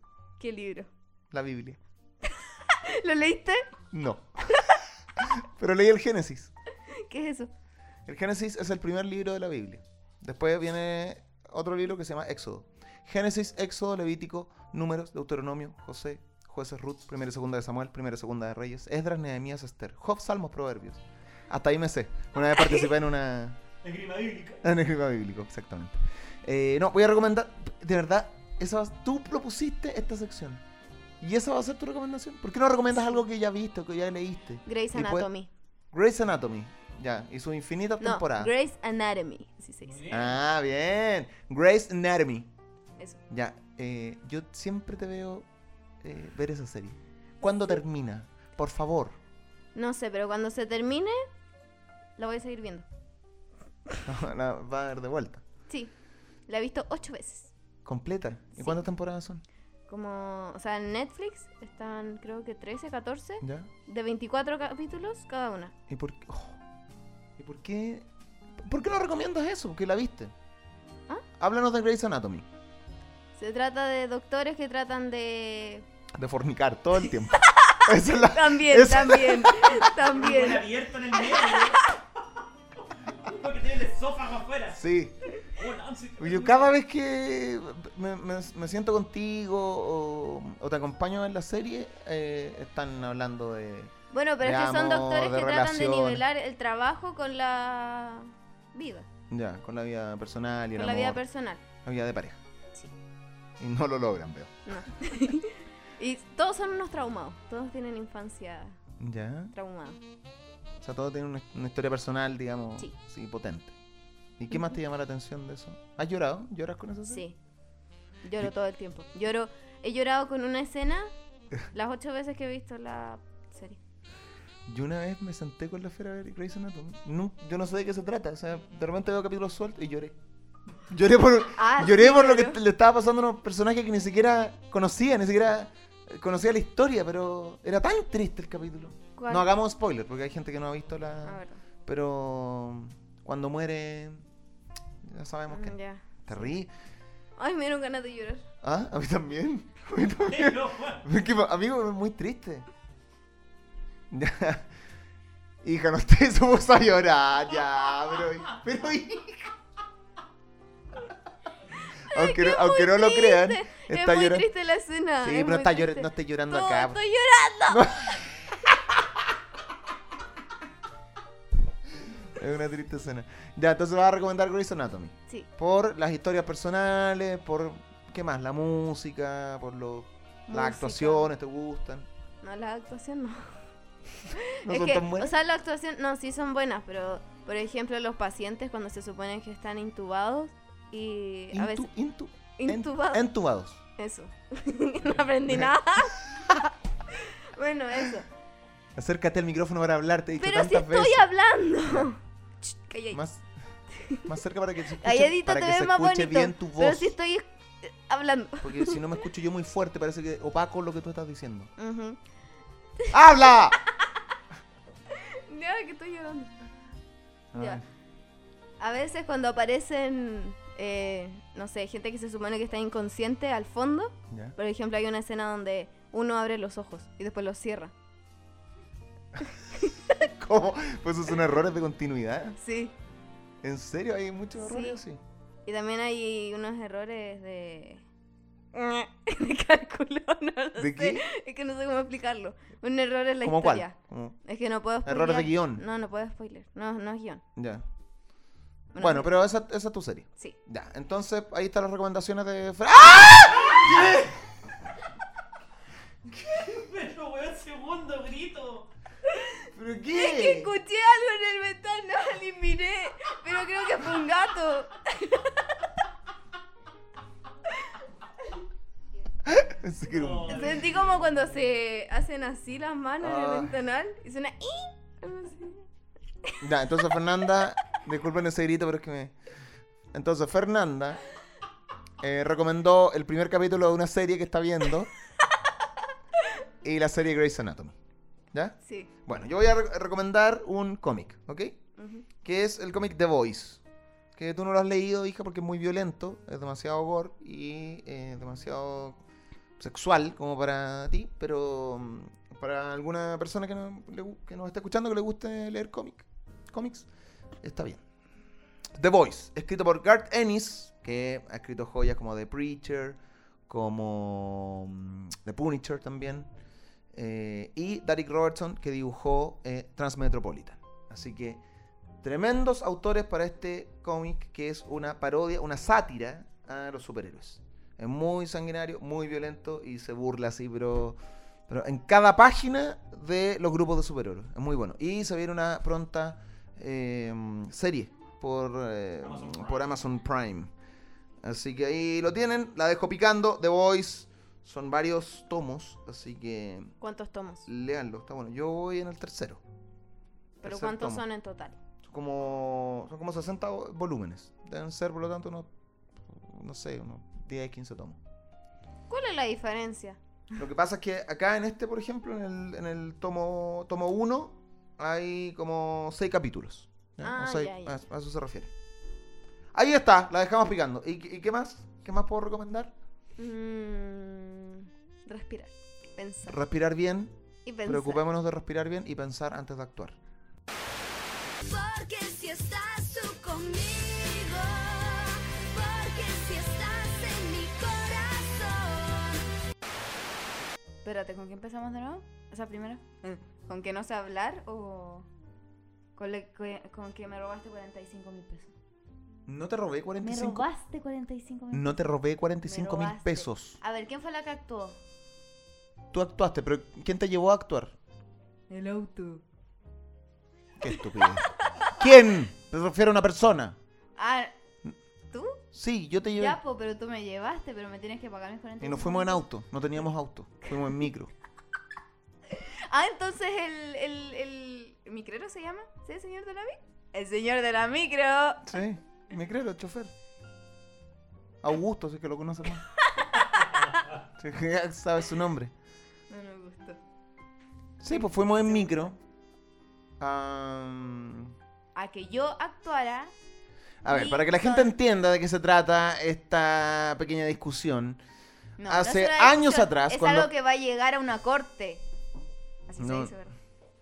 B: ¿Qué libro?
A: la Biblia.
B: ¿Lo leíste?
A: No. Pero leí el Génesis.
B: ¿Qué es eso?
A: El Génesis es el primer libro de la Biblia. Después viene otro libro que se llama Éxodo. Génesis, Éxodo, Levítico, Números, Deuteronomio, José, Jueces, Ruth, Primera y Segunda de Samuel, Primera y Segunda de Reyes, Esdras, Nehemías, Esther, Job, Salmos, Proverbios. Hasta ahí me sé. Una vez participé en una...
K: Esgrima bíblica.
A: En el clima bíblico, exactamente. Eh, no, voy a recomendar... De verdad, esa va- tú propusiste esta sección. ¿Y esa va a ser tu recomendación? ¿Por qué no recomiendas algo que ya viste o que ya leíste?
B: Grey's
A: Y puede-
B: Anatomy.
A: Grey's Anatomy. Ya, y sus infinitas
B: No,
A: temporadas.
B: Grey's Anatomy. Así se dice.
A: Ah, bien. Grey's Anatomy.
B: Eso.
A: Ya, eh, yo siempre te veo eh, ver esa serie. ¿Cuándo termina? Por favor.
B: No sé, pero cuando se termine, la voy a seguir viendo.
A: La va a dar de vuelta.
B: Sí, la he visto ocho veces.
A: Completa. ¿Y cuántas temporadas son?
B: Como, o sea, en Netflix están creo que 13, 14,
A: ¿Ya?
B: de 24 capítulos cada una.
A: ¿Y por qué? oh. ¿Y por qué? ¿Por qué no recomiendas eso? Que la viste.
B: ¿Ah?
A: Háblanos de Grey's Anatomy.
B: Se trata de doctores que tratan de...
A: De fornicar todo el tiempo. Esa es la-
B: También,
A: esa-
B: también, también.
K: Con abierto en el medio. Porque tiene el esófago afuera.
A: Sí.
K: Hola, sí.
A: Yo cada vez que me, me- me siento contigo o, o te acompaño en la serie, eh, están hablando de...
B: Bueno, pero
A: de
B: es que son
A: amor,
B: doctores que tratan de
A: relaciones.
B: nivelar el trabajo con la vida,
A: Ya, con la vida personal y
B: con
A: el
B: la vida
A: amor,
B: personal.
A: la vida de pareja.
B: Sí.
A: Y no lo logran, veo.
B: No. y todos son unos traumados, todos tienen infancia
A: Ya.
B: traumada.
A: O sea, todo tiene una, una historia personal, digamos,
B: Sí.
A: sí, potente. ¿Y qué más te llama la atención de eso? ¿Has llorado? ¿Lloras con eso?
B: Sí. Lloro todo el tiempo. Lloro. He llorado con una escena las ocho veces que he visto la serie.
A: Yo una vez me senté con la esfera de Grey's Anatomy. No, yo no sé de qué se trata. O sea, de repente veo capítulos sueltos y lloré. Lloré por,
B: Ah,
A: lloré
B: sí,
A: por lo
B: lloró.
A: que le estaba pasando a unos personajes que ni siquiera conocía, ni siquiera conocía la historia, pero era tan triste el capítulo.
B: ¿Cuál?
A: No hagamos spoiler, porque hay gente que no ha visto la...
B: Ah, verdad.
A: Pero cuando muere, ya sabemos que...
B: Mm, Ya.
A: Te reí.
B: Ay, me dieron ganas de llorar.
A: Ah, a mí también. A mí también. Es que, amigo, es muy triste. Ya. Hija, no te puso a llorar ya, pero, pero hija. Aunque, no-
B: Es
A: aunque
B: muy
A: no lo crean,
B: triste,
A: está
B: es muy
A: llorando.
B: triste la escena.
A: Sí,
B: es
A: pero
B: muy
A: está llora-
B: triste.
A: no esté llorando
B: No,
A: acá.
B: ¡Estoy llorando!
A: Es una triste escena. Ya, entonces vas a recomendar Grey's Anatomy.
B: Sí.
A: Por las historias personales, por. ¿Qué más? La música, por los
B: Música.
A: las actuaciones, ¿te gustan?
B: No, la actuación no.
A: ¿No
B: es
A: son
B: que,
A: tan buenas?
B: O sea, la actuación, no, sí son buenas, pero por ejemplo, los pacientes cuando se suponen que están intubados y a veces.
A: Intu,
B: intubados.
A: Entubados.
B: eso. no aprendí nada. bueno, eso.
A: Acércate al micrófono para hablarte.
B: Pero si estoy hablando. Ch, Calladito.
A: Más, más cerca para que se escuche,
B: Calladito
A: para
B: te
A: que se
B: ves más
A: escuche
B: bonito.
A: bien tu
B: Pero
A: voz.
B: si estoy eh, hablando.
A: Porque si no me escucho yo muy fuerte, parece que opaco lo que tú estás diciendo.
B: Ujú.
A: ¡Habla!
B: Ya, que estoy llorando. Ya.
A: Ay.
B: A veces cuando aparecen, eh, no sé, gente que se supone que está inconsciente al fondo,
A: Ya.
B: por ejemplo, hay una escena donde uno abre los ojos y después los cierra.
A: ¿Cómo? Pues esos son errores de continuidad.
B: Sí.
A: ¿En serio? ¿Hay muchos errores
B: Sí.
A: así?
B: Y también hay unos errores de... de cálculo, no lo
A: ¿De
B: sé.
A: qué?
B: Es que no sé cómo explicarlo. Un error en la
A: ¿Cómo cuál?
B: historia.
A: ¿Cómo?
B: Es que no puedo spoiler.
A: Errores de guión.
B: No, no puedo spoiler. No, no es guión.
A: Ya.
B: Bueno,
A: Bueno,
B: sí.
A: pero esa, esa es tu serie.
B: Sí.
A: Ya, entonces ahí están las recomendaciones de... Fra- ¡Ah! ¿Qué?
K: Pero weón, segundo grito.
A: ¿Pero
B: Es que escuché algo en el ventana y miré, pero creo que fue un gato.
A: Pensé que era un-
B: Sentí como cuando se hacen así las manos
A: Ah.
B: en el ventanal y suena "Ii", algo así.
A: Ya, entonces Fernanda, disculpen ese grito, pero es que me... Entonces Fernanda eh, recomendó el primer capítulo de una serie que está viendo y la serie Grey's Anatomy. ¿Ya?
B: Sí.
A: Bueno, yo voy a re- recomendar un cómic, ¿ok?
B: Ujú.
A: Que es el cómic The Voice. Que tú no lo has leído, hija, porque es muy violento, es demasiado gore y eh, demasiado sexual como para ti, pero mm, para alguna persona que, no, le gu- que nos está escuchando que le guste leer cómic, cómics, está bien. The Voice, escrito por Garth Ennis, que ha escrito joyas como The Preacher, como mm, The Punisher también, eh, y Derek Robertson, que dibujó eh, Transmetropolitan. Así que tremendos autores para este cómic, que es una parodia, una sátira a los superhéroes. Es muy sanguinario, muy violento y se burla así, pero, pero en cada página de los grupos de superhéroes. Es muy bueno. Y se viene una pronta eh, serie por, eh, por Amazon Prime. Así que ahí lo tienen. La dejo picando. The Voice. Son varios tomos. Así que
B: ¿Cuántos tomos?
A: léanlo. Está bueno. Yo voy en el tercero.
B: ¿Pero
A: Tercer
B: cuántos
A: tomo.
B: son en total?
A: Son como, son como 60 vo- volúmenes. Deben ser, por lo tanto, unos, no sé, unos 10, 15 tomos.
B: ¿Cuál es la diferencia?
A: Lo que pasa es que acá en este, por ejemplo, en el, en el tomo tomo 1, hay como 6 capítulos. ¿ya? O
B: Ah,
A: seis-
B: ya, ya.
A: A, a eso se refiere. Ahí está, la dejamos picando. ¿Y, qué- y qué más? ¿Qué más puedo recomendar?
B: Mm, respirar, pensar.
A: Respirar bien.
B: Y pensar.
A: Preocupémonos de respirar bien y pensar antes de actuar.
O: Porque si estás tú conmigo, porque si estás en mi corazón.
B: Espérate, ¿con qué empezamos de nuevo? O sea, primero, ¿con qué no sé hablar o con, le- con- con que me robaste 45 mil pesos?
A: No te robé
B: Me
A: 45.
B: robaste 45 mil
A: No te robé 45 mil
B: robaste.
A: pesos.
B: A ver, ¿quién fue la que actuó?
A: Tú actuaste, pero ¿quién te llevó a actuar?
B: El auto.
A: Qué estúpido. ¿Quién? Te refiero a una persona.
B: Ah, ¿tú?
A: Sí, yo te llevé.
B: Ya, po, pero tú me llevaste, pero me tienes que pagar mis 45
A: Y nos fuimos en auto. No teníamos auto. Fuimos en micro.
B: Ah, entonces el, el, el, el micrero se llama, ¿sí, el señor de la micro? El señor de la micro.
A: Sí, me creo, el chofer. Augusto, sí que lo conoce más. Sí, que Sabe su nombre.
B: No me gustó.
A: Sí, pues fuimos en micro. Ah,
B: A que yo actuara
A: A ver, para que la gente entienda de qué se trata esta pequeña discusión.
B: No, no
A: Hace
B: es una
A: años
B: discusión,
A: atrás,
B: Es
A: cuando-
B: algo que va a llegar a una corte. Así se
A: No.
B: dice, ¿verdad?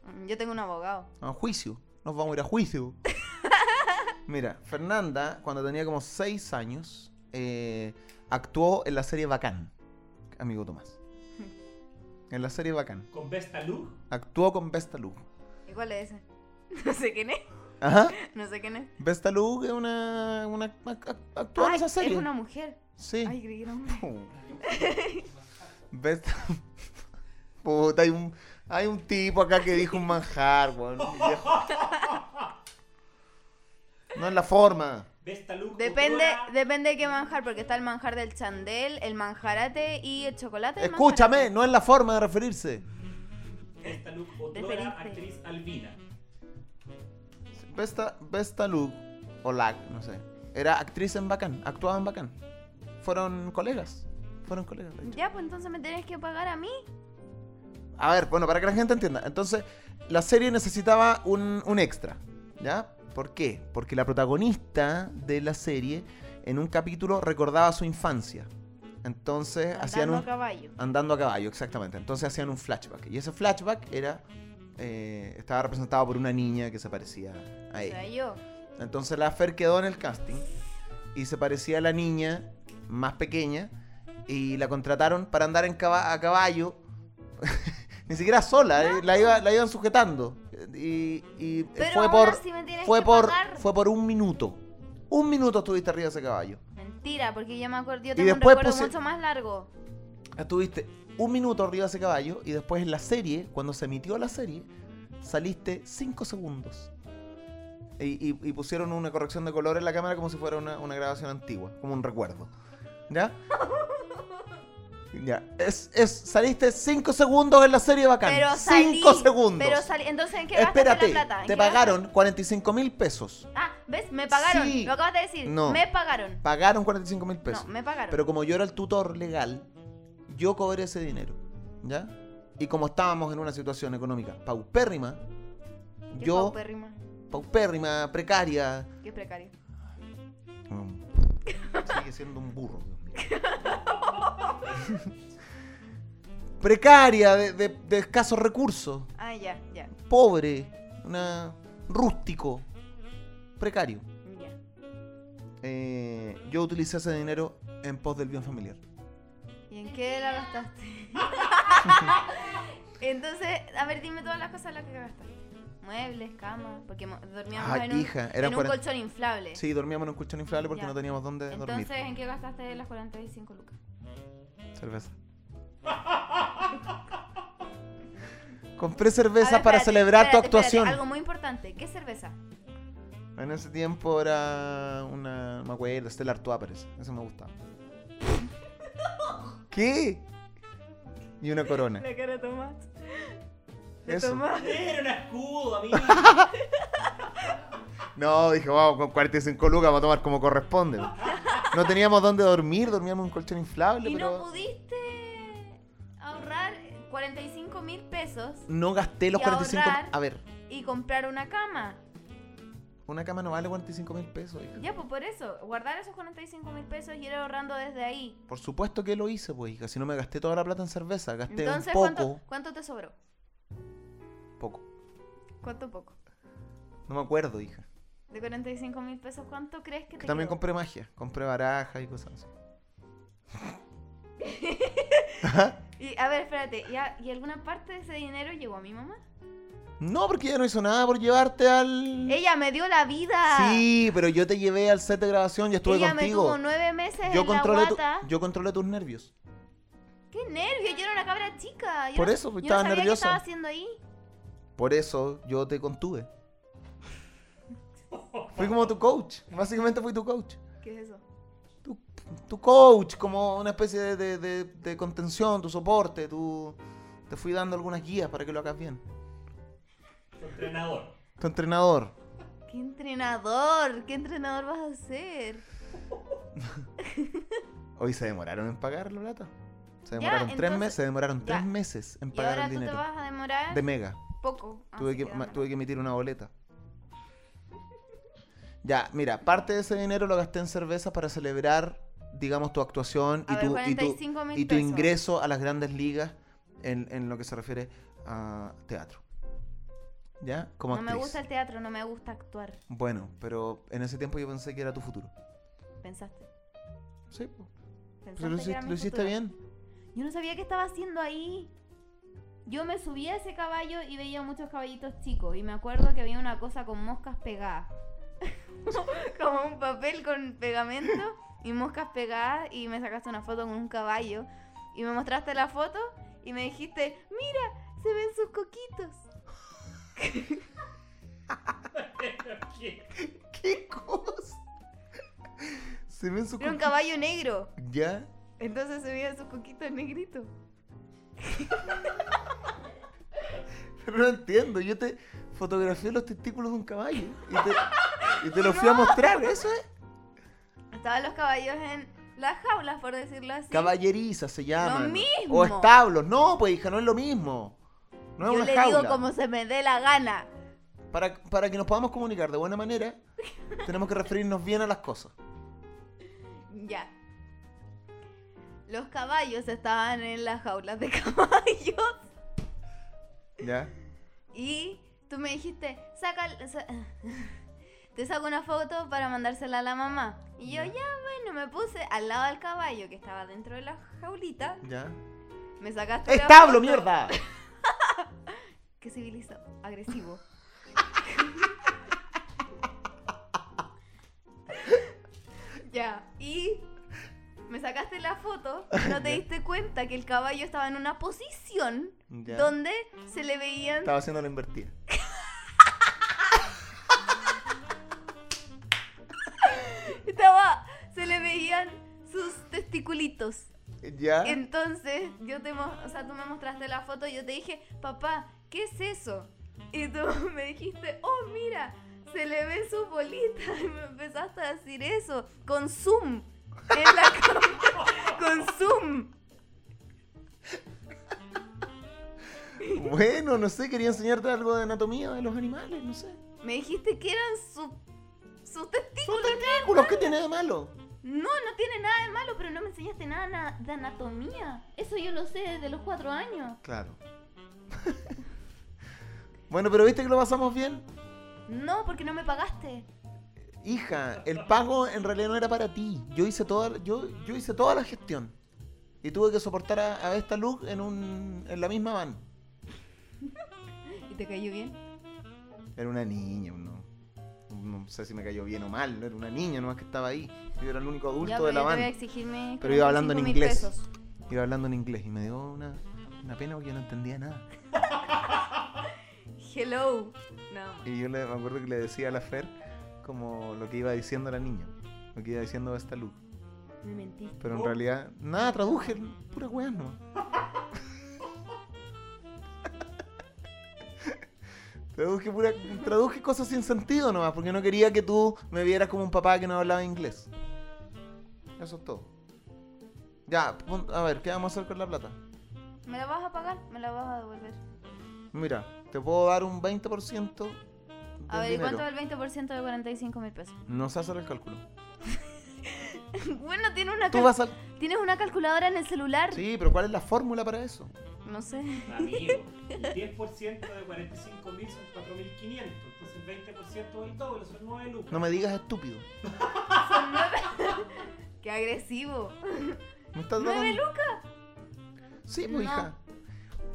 B: Mm, Yo tengo un abogado.
A: A juicio. Nos vamos a ir a juicio. Mira, Fernanda, cuando tenía como 6 años, eh, actuó en la serie Bacán. Amigo Tomás. En la serie Bacán.
K: Con Vesta Luz.
A: Actuó con Vesta Lug.
B: ¿Y cuál es ese? No sé quién es.
A: Ajá.
B: No sé quién es.
A: Vesta Lug es una. una ac- ac- actuó en
B: Ay,
A: esa serie.
B: Es una mujer.
A: Sí.
B: Ay, creí que era un
A: Vesta. Puta, hay un, hay un tipo acá que dijo un manjar, weón. viejo. No es la forma.
B: Depende, depende de qué manjar, porque está el manjar del chandel, el manjarate y el chocolate. del
A: Escúchame, no es la forma de referirse.
K: Vesta Luz,
B: Referiste.
K: otra actriz albina.
A: Vesta, Vesta Lug, o Lag, no sé. Era actriz en Bacán, actuaba en Bacán. Fueron colegas. Fueron colegas. de
B: manjar.
A: hecho.
B: Ya, pues entonces me tenés que pagar a mí.
A: A ver, bueno, para que la gente entienda. Entonces, la serie necesitaba un, un extra. ¿Ya? ¿Por qué? Porque la protagonista de la serie, en un capítulo, recordaba su infancia. Entonces, hacían
B: Andando
A: un.
B: a caballo.
A: Andando a caballo, exactamente. Entonces hacían un flashback. Y ese flashback era. eh, estaba representado por una niña que se parecía a
B: O
A: ella.
B: sea, yo.
A: Eh, Entonces la Fer quedó en el casting y se parecía a la niña más pequeña y la contrataron para andar en caba- a caballo. Ni siquiera sola, eh, la, iba- la iban sujetando. Y, y
B: Pero
A: fue
B: aún
A: por,
B: así me tienes
A: fue,
B: que
A: por
B: pagar.
A: fue por un minuto. Un minuto estuviste arriba de ese caballo.
B: Mentira, porque yo me acuerdo.
A: Y
B: Yo tengo un
A: después
B: recuerdo
A: puse-
B: mucho más largo.
A: Estuviste un minuto arriba de ese caballo y después en la serie, cuando se emitió la serie, saliste 5 segundos. Y, y- y pusieron una corrección de color en la cámara como si fuera una, una grabación antigua, como un recuerdo. ¿Ya? Ya. Es, es- saliste 5 segundos en la serie
B: Pero
A: bacán.
B: salí.
A: 5 segundos.
B: Pero salí. Entonces, ¿en qué gastaste
A: Espérate,
B: la plata? ¿En
A: te
B: qué gastaste?
A: pagaron 45 mil pesos.
B: Ah, ¿ves? Me pagaron.
A: Sí.
B: Lo acabas de decir.
A: No.
B: Me pagaron.
A: Pagaron 45 mil pesos.
B: No, me pagaron.
A: Pero como yo era el tutor legal, yo cobré ese dinero. ¿Ya? Y como estábamos en una situación económica paupérrima,
B: Qué
A: yo,
B: paupérrima,
A: paupérrima, precaria,
B: Qué precario.
A: sigue siendo un burro. precaria, de, de- de escasos recursos,
B: Ah, ya, ya.
A: pobre, una, rústico, precario.
B: Ya.
A: Eh, yo utilicé ese dinero en pos del bien familiar.
B: ¿Y en qué la gastaste? Entonces, a ver, dime todas las cosas en las que gastaste. Muebles, cama, porque mo- dormíamos
A: Ay,
B: en un,
A: Ah, hija,
B: en
A: eran
B: un
A: cuaren-
B: colchón inflable.
A: Sí, dormíamos en un colchón inflable porque
B: Eh. Ya.
A: no teníamos dónde
B: Entonces,
A: dormir.
B: ¿en qué gastaste las 45 lucas?
A: Cerveza. Compré cerveza
B: A ver,
A: para
B: espérate,
A: celebrar tu
B: espérate, espérate,
A: actuación.
B: algo muy importante. ¿Qué cerveza?
A: En ese tiempo era una. no Me acuerdo, Stella Artois parece. Eso me gustaba. ¿Qué? Y una corona.
B: La cara de Tomás. De
A: Eso.
B: Tomás.
K: Era un escudo, amigo.
A: No, dije, vamos, con 45 lucas vamos a tomar como corresponde. No teníamos dónde dormir, dormíamos en un colchón inflable,
B: Y no
A: pero.
B: pudiste ahorrar 45 mil pesos
A: No gasté los
B: Y
A: 45
B: ahorrar.
A: A ver,
B: y comprar una cama.
A: una cama no vale 45 mil pesos. hija.
B: Ya, pues por eso, guardar esos 45 mil pesos y ir ahorrando desde ahí.
A: Por supuesto que lo hice, pues, hija. Si no me gasté toda la plata en cerveza, gasté
B: Entonces,
A: un poco.
B: ¿cuánto, cuánto te sobró?
A: Poco.
B: ¿Cuánto poco?
A: No me acuerdo, hija.
B: De 45 mil pesos, ¿cuánto crees que
A: Que
B: te
A: también
B: quedó?
A: compré magia, compré barajas y cosas así.
B: Y, a ver, espérate, ¿y, a- y alguna parte de ese dinero llegó a mi mamá?
A: No, porque ella no hizo nada por llevarte al.
B: ¡Ella me dio la vida!
A: Mm. Sí, pero yo te llevé al set de grabación, yo estuve
B: Ella me
A: contigo.
B: tuvo nueve meses
A: yo
B: en la
A: controlé tu-
B: guata.
A: yo controlé tus nervios.
B: ¡Qué nervios! Yo era una cabra chica. Yo
A: Por
B: no-
A: eso, pues,
B: yo no
A: estaba
B: sabía
A: nerviosa.
B: ¿Qué estaba haciendo ahí?
A: Por eso yo te contuve. Fui como tu coach. Básicamente fui tu coach.
B: ¿Qué es eso?
A: Tu coach, como una especie de, de- de- de contención, tu soporte, tu. Te fui dando algunas guías para que lo hagas bien.
K: Tu entrenador.
A: Tu entrenador.
B: ¡Qué entrenador! ¿Qué entrenador vas a ser?
A: Hoy se demoraron en pagar la plata. Se
B: Ya,
A: demoraron tres
B: entonces-
A: meses, se demoraron
B: ya.
A: tres meses en
B: Y
A: pagar
B: ahora
A: el
B: tú te
A: dinero.
B: vas a demorar
A: De mega.
B: poco. Ah,
A: Tuve
B: así
A: que,
B: dámelo.
A: ma- tuve que emitir una boleta. Ya, mira, parte de ese dinero lo gasté en cerveza para celebrar, digamos, tu actuación
B: A
A: y
B: ver,
A: tu, y, tu,
B: 45.000
A: y tu
B: pesos.
A: ingreso a las grandes ligas en, en lo que se refiere a teatro. ¿Ya? Como
B: no me
A: actriz.
B: gusta el teatro, no me gusta actuar.
A: Bueno, pero en ese tiempo yo pensé que era tu futuro.
B: Pensaste.
A: Sí, po.
B: Pensaste
A: Pero lo
B: que era
A: hiciste,
B: mi
A: lo hiciste
B: futuro.
A: bien.
B: Yo no sabía qué estaba haciendo ahí. Yo me subía a ese caballo y veía muchos caballitos chicos. Y me acuerdo que había una cosa con moscas pegadas. Como un papel con pegamento y moscas pegadas. Y me sacaste una foto con un caballo. Y me mostraste la foto y me dijiste, mira, se ven sus coquitos.
A: ¿Qué cosa? Se ven su
B: Era un
A: coqui-
B: caballo negro.
A: ¿Ya?
B: Entonces se veían sus coquitos negritos.
A: Pero no entiendo. Yo te fotografié los testículos de un caballo y te, y te los fui a mostrar. Eso es.
B: Estaban los caballos en las jaulas, por decirlo así.
A: Caballeriza se llama.
B: mismo.
A: O establos. No, pues hija, no es lo mismo. No es
B: Yo
A: una
B: le
A: jaula.
B: digo como se me dé la gana.
A: Para, para que nos podamos comunicar de buena manera, tenemos que referirnos bien a las cosas.
B: Ya. Los caballos estaban en las jaulas de caballos.
A: ¿Ya?
B: Y tú me dijiste, saca. sa- te saco una foto para mandársela a la mamá. Y yo, ya, bueno, me puse al lado del caballo que estaba dentro de la jaulita.
A: ¿Ya?
B: Me sacaste. la
A: ¡Establo,
B: foto.
A: mierda!
B: Qué civilizado, agresivo. ya, y me sacaste la foto, no te diste cuenta que el caballo estaba en una posición
A: Ya.
B: donde se le veían...
A: Estaba haciendo la invertida.
B: estaba- se le veían sus testiculitos.
A: ¿Ya?
B: Entonces, yo te mo- o sea, tú me mostraste la foto y yo te dije, papá, ¿qué es eso? Y tú me dijiste, oh, mira, se le ve su bolita. Y me empezaste a decir eso, con zoom. En la cama, con zoom.
A: Bueno, no sé, quería enseñarte algo de anatomía de los animales, no sé.
B: Me dijiste que eran su- sus testículos.
A: Testículos, ¿qué tiene de malo?
B: No, no tiene nada de malo, pero no me enseñaste nada na- de anatomía. Eso yo lo sé desde los cuatro años.
A: Claro. bueno, pero viste que lo pasamos bien.
B: No, porque no me pagaste.
A: Hija, el pago en realidad no era para ti. Yo hice toda, yo, yo hice toda la gestión. Y tuve que soportar a, a esta luz en, un, en la misma van.
B: ¿Y te cayó bien?
A: Era una niña, no, no sé si me cayó bien o mal. Era una niña nomás que estaba ahí. Yo era el único adulto
B: Ya, pero
A: de la
B: yo te voy a
A: van.
B: exigir mis
A: Pero iba hablando en
B: 45.000
A: inglés.
B: pesos.
A: Iba hablando en inglés y me dio una, una pena porque yo no entendía nada.
B: Hello. No.
A: Y yo le, me acuerdo que le decía a la Fer como lo que iba diciendo la niña. Lo que iba diciendo esta luz.
B: Me mentiste.
A: Pero en realidad, nada, traduje, pura weá nomás. traduje, pura- traduje cosas sin sentido nomás, porque no quería que tú me vieras como un papá que no hablaba inglés. Eso es todo. Ya, pon- a ver, ¿qué vamos a hacer con la plata?
B: ¿Me la vas a pagar? ¿Me la vas a devolver?
A: Mira, te puedo dar un 20%
B: A
A: del
B: ver, ¿y
A: dinero.
B: cuánto es el 20% de 45 mil pesos?
A: No sé hacer el cálculo.
B: bueno, tiene una
A: Tú
B: cal-
A: vas a...
B: tienes una calculadora en el celular.
A: Sí, pero ¿cuál es la fórmula para eso?
B: No sé.
C: Amigo, el 10% de 45.000 son 4.500. Entonces el 20% del doble son 9 lucas.
A: No me digas estúpido.
B: Son nueve. Qué agresivo.
A: Me estás
B: ¿Nueve
A: tratando-
B: lucas?
A: Sí,
B: No.
A: pues, hija.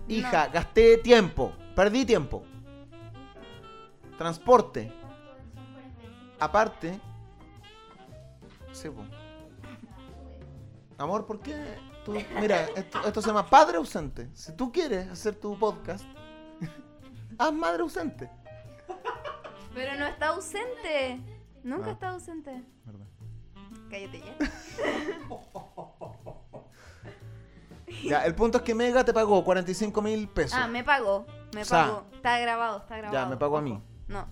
A: Hija, gasté tiempo, perdí tiempo. Transporte. Aparte. Sí, po. Amor, ¿por qué? tú- Mira, esto, esto se llama padre ausente. Si tú quieres hacer tu podcast, haz madre ausente.
B: Pero no está ausente. Nunca
A: Ah.
B: está ausente.
A: Verdad.
B: Cállate ya.
A: Ya, el punto es que Mega te pagó 45 mil pesos.
B: Ah, me pagó. Me
A: O sea,
B: pagó. Está grabado, está grabado.
A: ya, me pagó a mí.
B: No,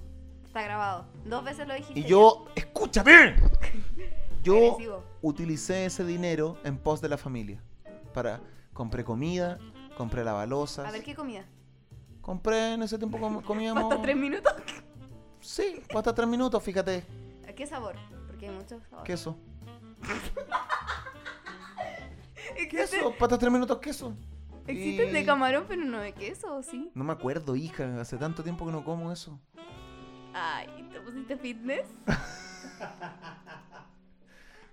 B: está grabado. Dos veces lo dijiste.
A: Y yo, escúchame. Yo
B: Agresivo.
A: utilicé ese dinero en pos de la familia. Para compré comida, compré
B: ya.
A: lavalosas.
B: A ver, ¿qué comida?
A: Compré en ese tiempo com- comíamos.
B: ¿Pasta tres minutos?
A: Sí, hasta tres minutos, fíjate.
P: ¿Qué sabor? Porque hay muchos sabores.
A: Queso.
P: Existen-
A: Queso, patas tres minutos, queso.
P: Existen de
A: Y-
P: camarón, pero no de queso, ¿o sí?
A: No me acuerdo, hija. Hace tanto tiempo que no como eso.
P: Ay, ¿te pusiste fitness?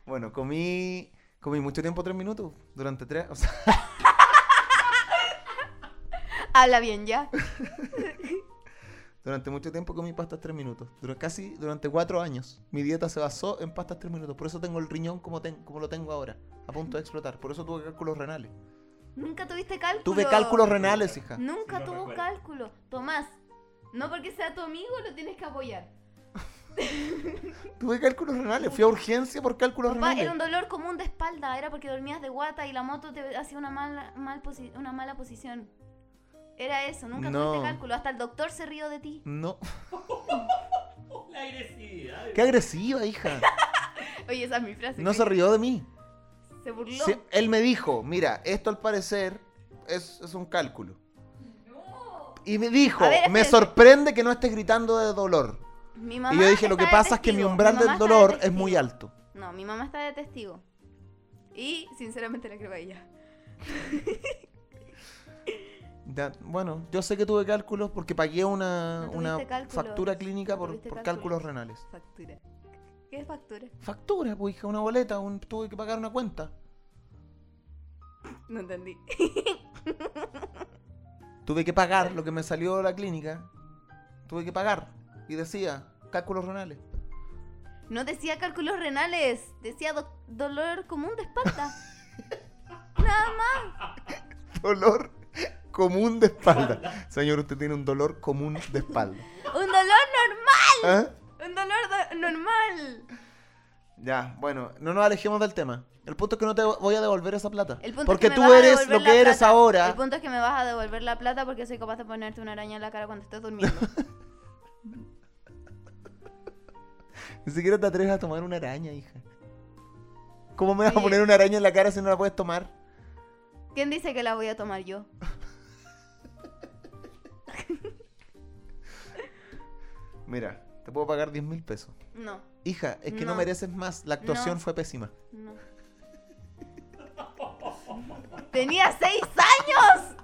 A: Bueno, comí. Comí mucho tiempo, tres minutos. Durante tres. O sea,
P: Habla bien ya.
A: durante mucho tiempo comí pastas tres minutos. Dura- casi durante cuatro años. Mi dieta se basó en pastas tres minutos. Por eso tengo el riñón como, ten- como lo tengo ahora. A punto de explotar. Por eso tuve cálculos renales.
B: Nunca tuviste cálculo.
A: Tuve cálculos renales, hija.
B: Nunca
A: No
B: tuvo
A: recuerdo.
B: cálculo. Tomás, no porque sea tu amigo lo tienes que apoyar.
A: Tuve cálculos renales. Fui a urgencia por cálculos
B: Papá,
A: renales.
B: era un dolor común de espalda, era porque dormías de guata y la moto te hacía una mala, mal posi- una mala posición. Era eso, nunca
A: No.
B: tuviste cálculo, hasta el doctor se rió de ti.
A: No.
Q: La agresividad.
A: Qué agresiva, hija.
P: Oye, esa es mi frase.
A: No se rió de mí.
P: Se burló.
A: Sí, él me dijo, mira, esto al parecer es, es un cálculo. Y me dijo,
P: A ver,
A: me
P: espérense.
A: sorprende que no estés gritando de dolor.
P: Mi mamá
A: y yo dije, lo que
P: está de
A: pasa es que mi
P: testigo,
A: umbral
P: mamá
A: del
P: está de
A: dolor es
P: testigo".
A: muy alto.
P: No, mi mamá está de testigo. Y sinceramente le creo a ella.
A: Ya, bueno, yo sé que tuve cálculos porque pagué una,
P: No tuviste
A: una
P: cálculos.
A: factura clínica
P: No
A: por,
P: tuviste
A: por
P: cálculos.
A: cálculos renales.
P: Factura. ¿Qué es factura?
A: Factura, pues hija, una boleta, un- tuve que pagar una cuenta.
P: No entendí.
A: Tuve que pagar lo que me salió de la clínica. Tuve que pagar. Y decía, cálculos renales.
B: No decía cálculos renales, decía do- dolor común de espalda. Nada más.
A: Dolor común de espalda. Señor, usted tiene un dolor común de espalda.
B: Un dolor normal.
A: ¿Ah?
B: Un dolor do- normal.
A: Ya, bueno, no nos alejemos del tema. El punto es que no te voy a devolver esa plata.
B: El punto es
A: porque
B: que me
A: tú
B: vas a
A: eres
B: devolver
A: lo
B: la
A: que eres
B: plata.
A: ahora.
B: El punto es que me vas a devolver la plata porque soy capaz de ponerte una araña en la cara cuando estés durmiendo.
A: Ni siquiera te atreves a tomar una araña, hija. ¿Cómo me vas a poner una araña en la cara si no la puedes tomar?
B: ¿Quién dice que la voy a tomar yo?
A: Mira, te puedo pagar 10 mil pesos.
B: No.
A: Hija, es que no,
B: No.
A: mereces más. La actuación
B: No.
A: fue pésima.
B: No. ¡Tenía seis años!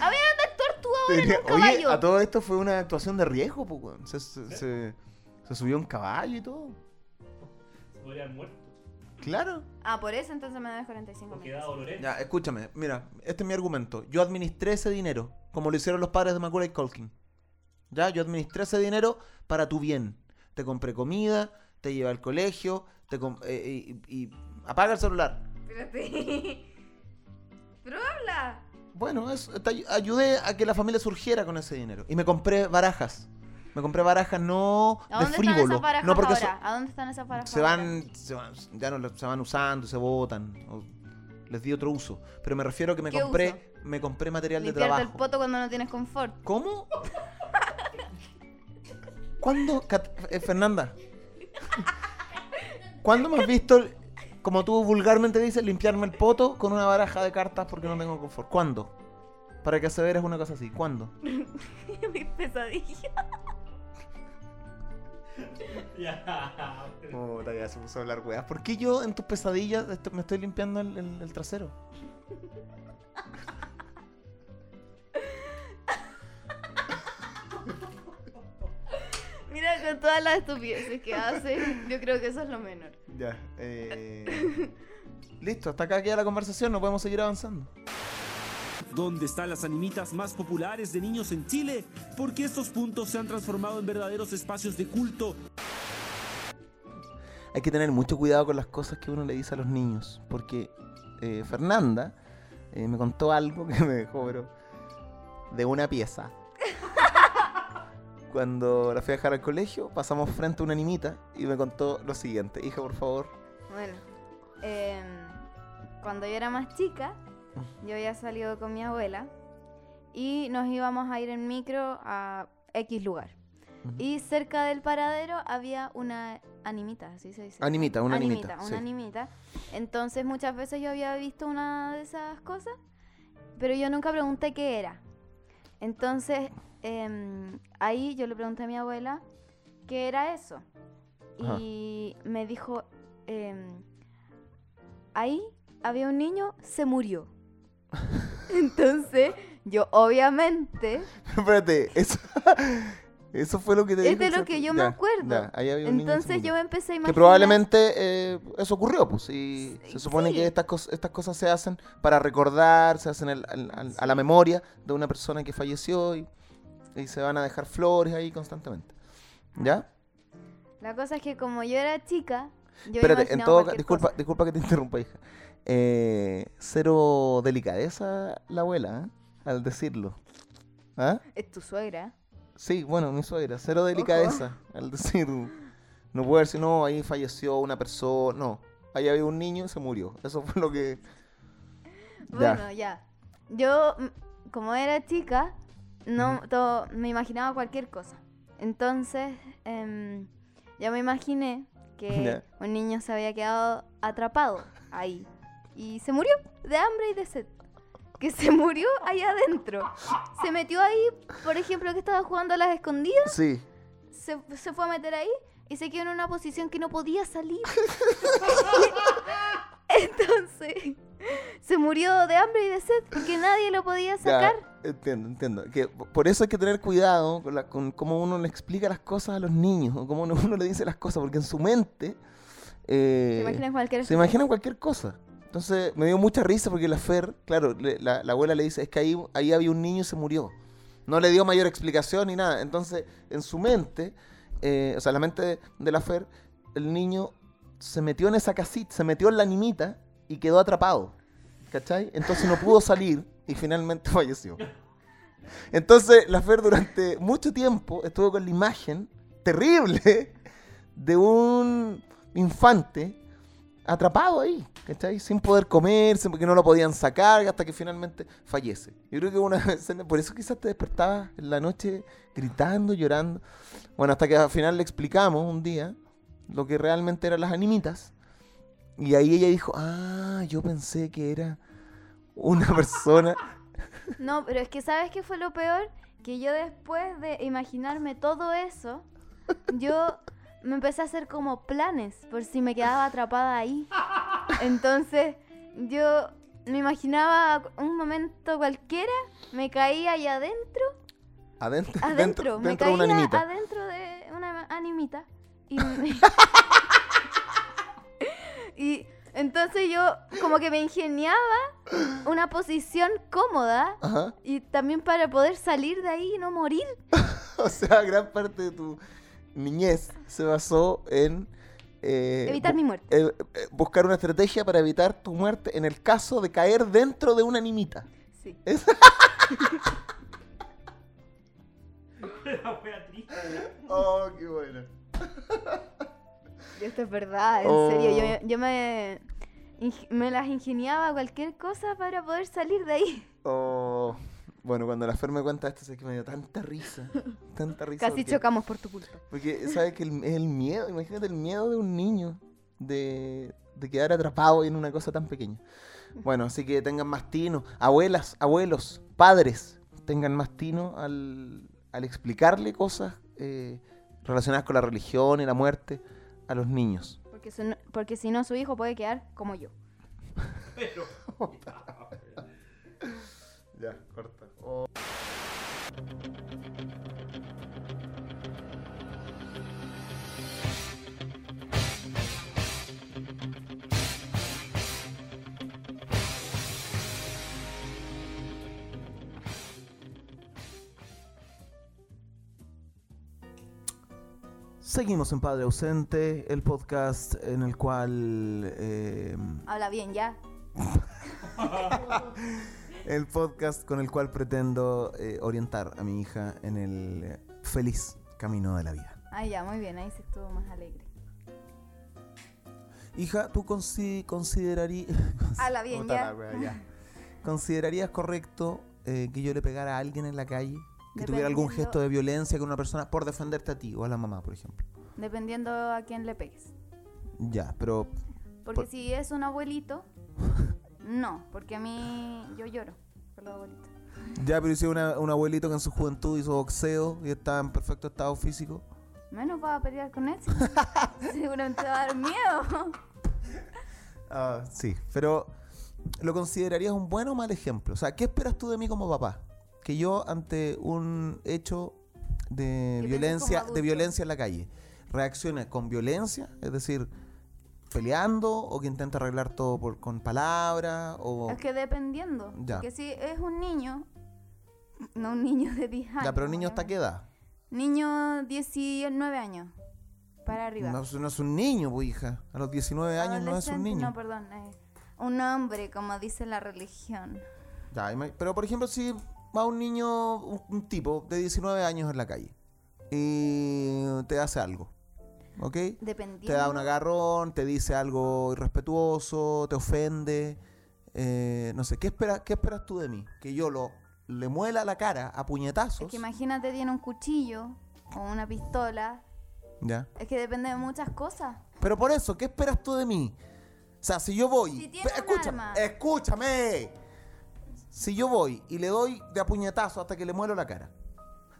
B: A ver, anda a actuar tú ahora en
A: Tenía-
B: un
A: Oye,
B: caballo.
A: a todo esto fue una actuación de riesgo, po, weón. Se, se- se- se subió un caballo y todo.
R: Se podría haber muerto.
A: Claro.
B: Ah, por eso entonces me das 45 mil.
R: Quedado Lorenzo.
A: Ya, escúchame, mira, este es mi argumento. Yo administré ese dinero, como lo hicieron los padres de Macaulay Culkin. Ya, yo administré ese dinero para tu bien. Te compré comida, te llevé al colegio, te com- eh, y, y- apaga el celular.
P: Espérate. Pero habla.
A: Bueno, eso, te ay- ayudé a que la familia surgiera con ese dinero. Y me compré barajas. Me compré barajas no
B: ¿A
A: de
B: dónde están
A: frívolo.
B: esas barajas
A: no porque so-
B: ahora? ¿A dónde están esas barajas
A: se
B: ahora?
A: van, se van- ya no lo- se van usando, se botan, o les di otro uso. Pero me refiero a que me
B: ¿Qué
A: compré, me compré material de
B: Limpiarte
A: trabajo.
B: el poto cuando no tienes confort.
A: ¿Cómo? ¿Cuándo, Cat- eh, Fernanda? ¿Cuándo me has visto, el- como tú vulgarmente dices, limpiarme el poto con una baraja de cartas porque no tengo confort? ¿Cuándo? Para que se veas una cosa así. ¿Cuándo?
P: Mi pesadilla.
R: Ya.
A: Puta, ya se puso a hablar weas. ¿Por qué yo en tus pesadillas esto- me estoy limpiando el, el- el trasero?
P: Mira, con todas las estupideces que hace, yo creo que eso es lo menor.
A: Ya. eh. Listo, hasta acá queda la conversación, no podemos seguir avanzando.
C: ¿Dónde están las animitas más populares de niños en Chile? Porque estos puntos se han transformado en verdaderos espacios de culto.
A: Hay que tener mucho cuidado con las cosas que uno le dice a los niños, porque eh, Fernanda eh, me contó algo que me dejó, pero de una pieza. Cuando la fui a dejar al colegio, pasamos frente a una nimita y me contó lo siguiente. Hija, por favor.
P: Bueno, em,
B: Cuando yo era más chica, yo había salido con mi abuela y nos íbamos a ir en micro a X lugar. Y cerca del paradero había una animita, así se dice.
A: Animita, una animita, sí.
B: Una animita. Entonces muchas veces yo había visto una de esas cosas, pero yo nunca pregunté qué era. Entonces em, ahí yo le pregunté a mi abuela que era eso.
A: Ajá.
B: Y me dijo, em, ahí había un niño, se murió. Entonces, yo obviamente,
A: Espérate, eso, eso fue lo que te
B: Es
A: dijo
B: de
A: el
B: lo
A: chef.
B: que yo me acuerdo.
A: ya, ahí había un niño
B: entonces
A: segundo.
B: yo me empecé a
A: Que
B: imaginar...
A: probablemente eh, eso ocurrió, pues. Y se supone que estas, cos- estas cosas se hacen para recordar, se hacen el- al- al- a la memoria de una persona que falleció y, y se van a dejar flores ahí constantemente. ¿Ya?
B: La cosa es que como yo era chica, yo
A: Espérate, en
B: imaginaba
A: todo ca-
B: cualquier
A: disculpa, disculpa que te interrumpa, hija. Eh, cero delicadeza la abuela, ¿eh? Al decirlo. ¿Ah?
B: cosa. Es tu suegra.
A: Sí, bueno, mi suegra, cero delicadeza al decir. No puede decir, no, ahí falleció una persona. No, ahí había un niño y se murió. Eso fue lo que.
B: Bueno, ya. Yo, mm, como era chica, no to- me imaginaba cualquier cosa. Entonces, em, ya me imaginé que
A: Ya.
B: un niño se había quedado atrapado ahí. Y se murió de hambre y de sed. Que se murió ahí adentro. Se metió ahí, por ejemplo, que estaba jugando a las escondidas.
A: Sí.
B: se, se fue a meter ahí y se quedó en una posición que no podía salir. Entonces, se murió de hambre y de sed porque nadie lo podía
A: Ya,
B: sacar.
A: entiendo, entiendo. Que p- por eso hay que tener cuidado con, la- con cómo uno le explica las cosas a los niños, o cómo uno, uno le dice las cosas, porque en su mente eh,
B: Se imaginan cualquier
A: se imaginan cualquier cosa. Entonces me dio mucha risa porque la Fer, claro, le- la, la abuela le dice, es que ahí, ahí había un niño y se murió. No le dio mayor explicación ni nada. Entonces, en su mente, eh, o sea, la mente de, de la Fer, el niño se metió en esa casita, se metió en la nimita y quedó atrapado. ¿Cachai? Entonces no pudo salir y finalmente falleció. Entonces, la Fer durante mucho tiempo estuvo con la imagen terrible de un infante atrapado ahí, ¿cachai? Sin poder comer, sin- porque no lo podían sacar, hasta que finalmente fallece. Yo creo que una escena- por eso quizás te despertabas en la noche gritando, llorando. Bueno, hasta que al final le explicamos un día lo que realmente eran las animitas. Y ahí ella dijo, ah, yo pensé que era una persona...
B: No, pero es que ¿sabes qué fue lo peor? Que yo después de imaginarme todo eso, yo me empecé a hacer como planes por si me quedaba atrapada ahí. Entonces, yo me imaginaba un momento cualquiera, me caía ahí adentro
A: Adentro,
B: adentro, me
A: dentro de
B: caía
A: una animita.
B: adentro de una animita y, me- y entonces yo como que me ingeniaba una posición cómoda
A: Ajá.
B: y también para poder salir de ahí y no morir.
A: O sea, gran parte de tu niñez se basó en... eh,
B: Evitar
A: bu-
B: mi muerte.
A: eh, eh, buscar una estrategia para evitar tu muerte en el caso de caer dentro de una nimita.
B: Sí.
A: Es-
K: La wea triste.
A: Oh, qué bueno.
B: Y esto es verdad, en
A: Oh.
B: serio, yo, yo me, ing- me las ingeniaba cualquier cosa para poder salir de ahí.
A: Oh, Bueno, cuando la Fer me cuenta esto, sé que me dio tanta risa. Tanta risa.
B: Casi
A: porque-
B: chocamos por tu culpa.
A: Porque, ¿sabes que el, el miedo, imagínate el miedo de un niño de, de quedar atrapado en una cosa tan pequeña. Bueno, así que tengan más tino. Abuelas, abuelos, padres, tengan más tino al, al explicarle cosas eh, relacionadas con la religión y la muerte a los niños.
B: Porque, su- porque si no, su hijo puede quedar como yo.
K: Pero.
A: Ya, corta. Seguimos en Padre Ausente, el podcast en el cual... eh,
B: Habla bien ya.
A: el podcast con el cual pretendo eh, orientar a mi hija en el eh, feliz camino de la vida.
B: Ah, ya, muy bien, ahí se estuvo más alegre.
A: Hija, ¿tú consi- considerarí-
B: Habla bien,
A: Puta
B: ya.
A: la wea, ya. ¿Considerarías correcto eh, que yo le pegara a alguien en la calle? Que tuviera algún
B: Dependiendo-
A: gesto de violencia con una persona por defenderte a ti o a la mamá, por ejemplo.
B: Dependiendo a quién le pegues.
A: Ya, pero
B: Porque
A: Por-
B: si es un abuelito, no, porque a mí yo lloro por los abuelitos.
A: ya, pero hice una- un abuelito que en su juventud hizo boxeo y estaba en perfecto estado físico.
B: Menos va a pelear con él. si- Seguramente va a dar miedo.
A: Ah, sí, pero ¿lo considerarías un buen o mal ejemplo? O sea, ¿qué esperas tú de mí como papá? Que yo ante un hecho de
B: Que pienses
A: violencia,
B: como adulto.
A: de violencia en la calle, reaccione con violencia, es decir, peleando o que intenta arreglar todo por- con palabras o
B: Es que dependiendo.
A: Oh. Ya.
B: Que si es un niño, no un niño de 10 años.
A: ya, pero niño hasta qué edad?
B: Niño 19 años. Para arriba.
A: No, es- no es un niño, pues, hija. A los 19 años no es un
B: Adolescente-
A: niño.
B: No, perdón. eh, un hombre, como dice la religión.
A: Ya, ima- pero por ejemplo, si va un niño, un, un tipo de 19 años en la calle y te hace algo, ¿ok?
B: Dependiendo.
A: Te da un agarrón, te dice algo irrespetuoso, te ofende, eh, no sé, ¿qué esperas, ¿qué esperas tú de mí? Que yo lo le muela la cara a
B: Es
A: puñetazos,
B: que imagínate, tiene un cuchillo o una pistola.
A: ¿ya?
B: Es que depende de muchas cosas.
A: Pero por eso, ¿qué esperas tú de mí? O sea, si yo voy.
B: Si tiene
A: Pe-
B: un
A: escúchame,
B: arma.
A: escúchame. Si yo voy y le doy de a puñetazo hasta que le muelo la cara.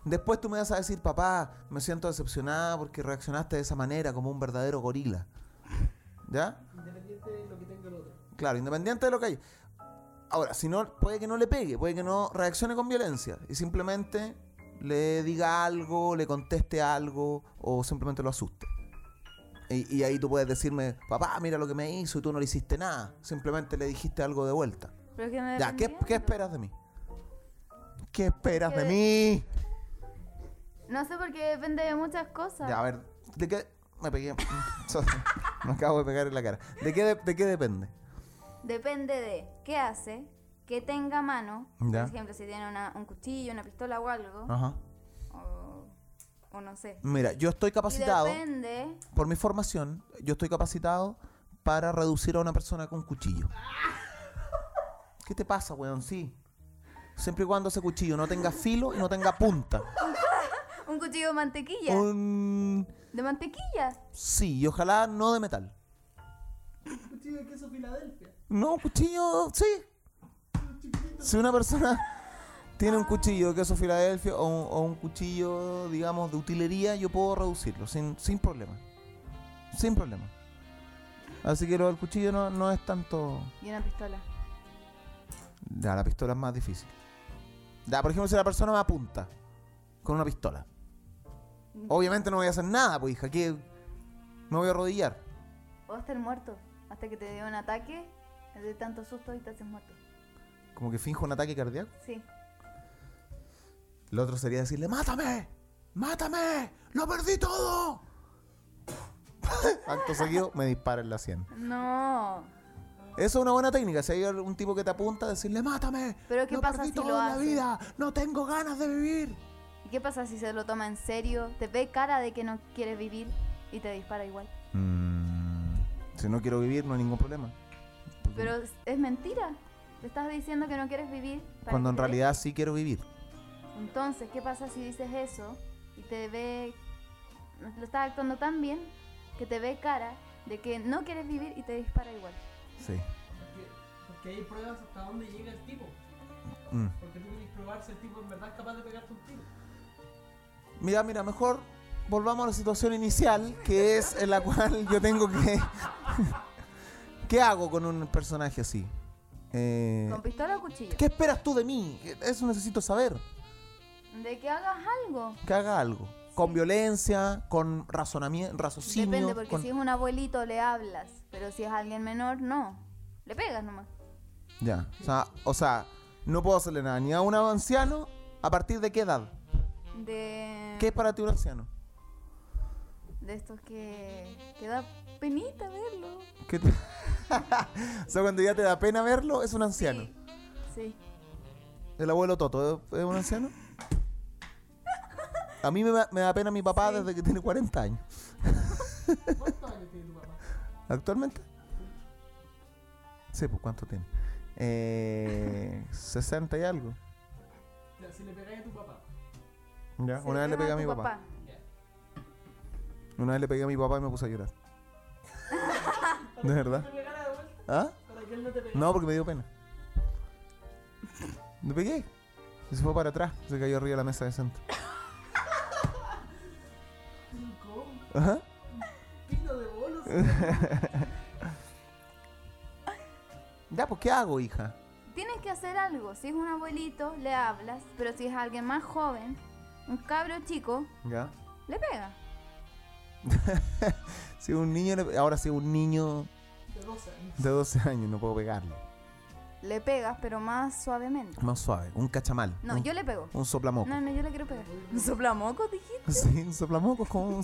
A: Después tú me vas a decir, papá, me siento decepcionada porque reaccionaste de esa manera como un verdadero gorila. ¿Ya?
S: Independiente de lo que tenga el otro.
A: Claro, independiente de lo que haya. Ahora, si no, puede que no le pegue, puede que no reaccione con violencia y simplemente le diga algo, le conteste algo o simplemente lo asuste. Y, y ahí tú puedes decirme, papá, mira lo que me hizo y tú no le hiciste nada, simplemente le dijiste algo de vuelta.
B: Pero es que no
A: Ya, ¿qué,
B: dependiendo.
A: qué esperas de mí? ¿Qué esperas de
B: Que-
A: mí?
B: No sé porque depende de muchas cosas.
A: Ya, a ver, ¿de qué me pegué? Sorry, me acabo de pegar en la cara. ¿De qué, de- de qué depende?
B: Depende de qué hace, que tenga a mano.
A: Ya. Ah.
B: Por ejemplo, si tiene una- un cuchillo, una pistola o algo.
A: Ajá.
B: O, o no sé.
A: Mira, yo estoy capacitado.
B: Y depende.
A: por mi formación, yo estoy capacitado para reducir a una persona con cuchillo. ¿Qué te pasa, weón? Sí. Siempre y cuando ese cuchillo no tenga filo y no tenga punta.
B: Un cuchillo de mantequilla.
A: Un...
B: De mantequilla.
A: Sí, y ojalá no de metal.
S: Un cuchillo de queso Filadelfia.
A: No, un cuchillo, sí. Si una persona tiene un cuchillo de queso Filadelfia o un, o un cuchillo, digamos, de utilería, yo puedo reducirlo sin, sin problema. Sin problema. Así que lo del cuchillo no, no es tanto...
B: Y una pistola.
A: Ya, la pistola es más difícil. Ya, por ejemplo, si la persona me apunta con una pistola. Obviamente no voy a hacer nada, pues hija, que me voy a arrodillar.
B: O estar muerto. Hasta que te dé un ataque de tanto susto y te haces muerto.
A: Como que finjo un ataque cardíaco.
B: Sí.
A: Lo otro sería decirle, ¡mátame! ¡Mátame! ¡Lo perdí todo! Acto seguido, me dispara en la sien.
B: No.
A: Eso es una buena técnica. Si hay un tipo que te apunta, decirle, ¡mátame!
B: Pero ¿qué
A: ¡Lo
B: pasa
A: perdí
B: si
A: todo
B: lo
A: en la
B: hace?
A: vida! ¡No tengo ganas de vivir!
B: ¿Y qué pasa si se lo toma en serio? Te ve cara de que no quieres vivir y te dispara igual.
A: Mm, si no quiero vivir, no hay ningún problema.
B: Pero es, es mentira. Te estás diciendo que no quieres vivir. para
A: Cuando
B: que
A: en
B: te
A: realidad sí quiero vivir.
B: deje. Entonces, ¿qué pasa si dices eso y te ve... Lo estás actuando tan bien que te ve cara de que no quieres vivir y te dispara igual.
A: Sí.
S: Porque, porque hay pruebas hasta dónde llega el tipo.
A: Mm.
S: Porque tú querés probar si el tipo en verdad es capaz de pegarte un tiro.
A: Mira, mira, mejor volvamos a la situación inicial, que es en la cual yo tengo que... ¿Qué hago con un personaje así? Eh,
B: ¿Con pistola o cuchillo?
A: ¿Qué esperas tú de mí? Eso necesito saber.
B: De que hagas algo.
A: Que haga algo. Con violencia, con razonamiento, raciocinio.
B: Depende, porque
A: con-
B: si es un abuelito le hablas, pero si es alguien menor, no. Le pegas nomás.
A: Ya, o sea, o sea, no puedo hacerle nada ni a un anciano a partir de qué edad.
B: De,
A: ¿Qué es para ti un anciano?
B: de estos que, que da penita verlo.
A: ¿Qué te- o sea, cuando ya te da pena verlo, es un anciano.
B: Sí.
A: El abuelo Toto, ¿es, es un anciano? A mí me, da- me da pena mi papá desde que tiene 40 años.
S: ¿Cuántos años tiene tu papá?
A: ¿Actualmente? Sí, pues ¿cuánto tiene? Eh, 60 y algo.
S: Ya, si le pegáis a tu papá.
A: Ya, una vez le pegué a mi papá. Una vez le pegué a mi papá y me puse a llorar. ¿De verdad? ¿Ah?
S: Para que él no te pegue.
A: No, porque me dio pena. Me pegué. Y se fue para atrás. Se cayó arriba de la mesa de centro. Ajá.
S: Pilo de bolos.
A: ya, pues, ¿qué hago, hija?
B: Tienes que hacer algo. Si es un abuelito, le hablas. Pero si es alguien más joven, un cabro chico,
A: Ya.
B: le pega.
A: Si un niño, le- ahora si un niño
B: De 12 años.
A: de 12 años, no puedo pegarle.
B: Le pegas, pero más suavemente.
A: Más suave, un cachamal.
B: No,
A: un-
B: yo le pego.
A: Un soplamoco.
B: No, no, yo le quiero pegar. ¿Un soplamoco, dijiste?
A: Sí, un soplamoco con un,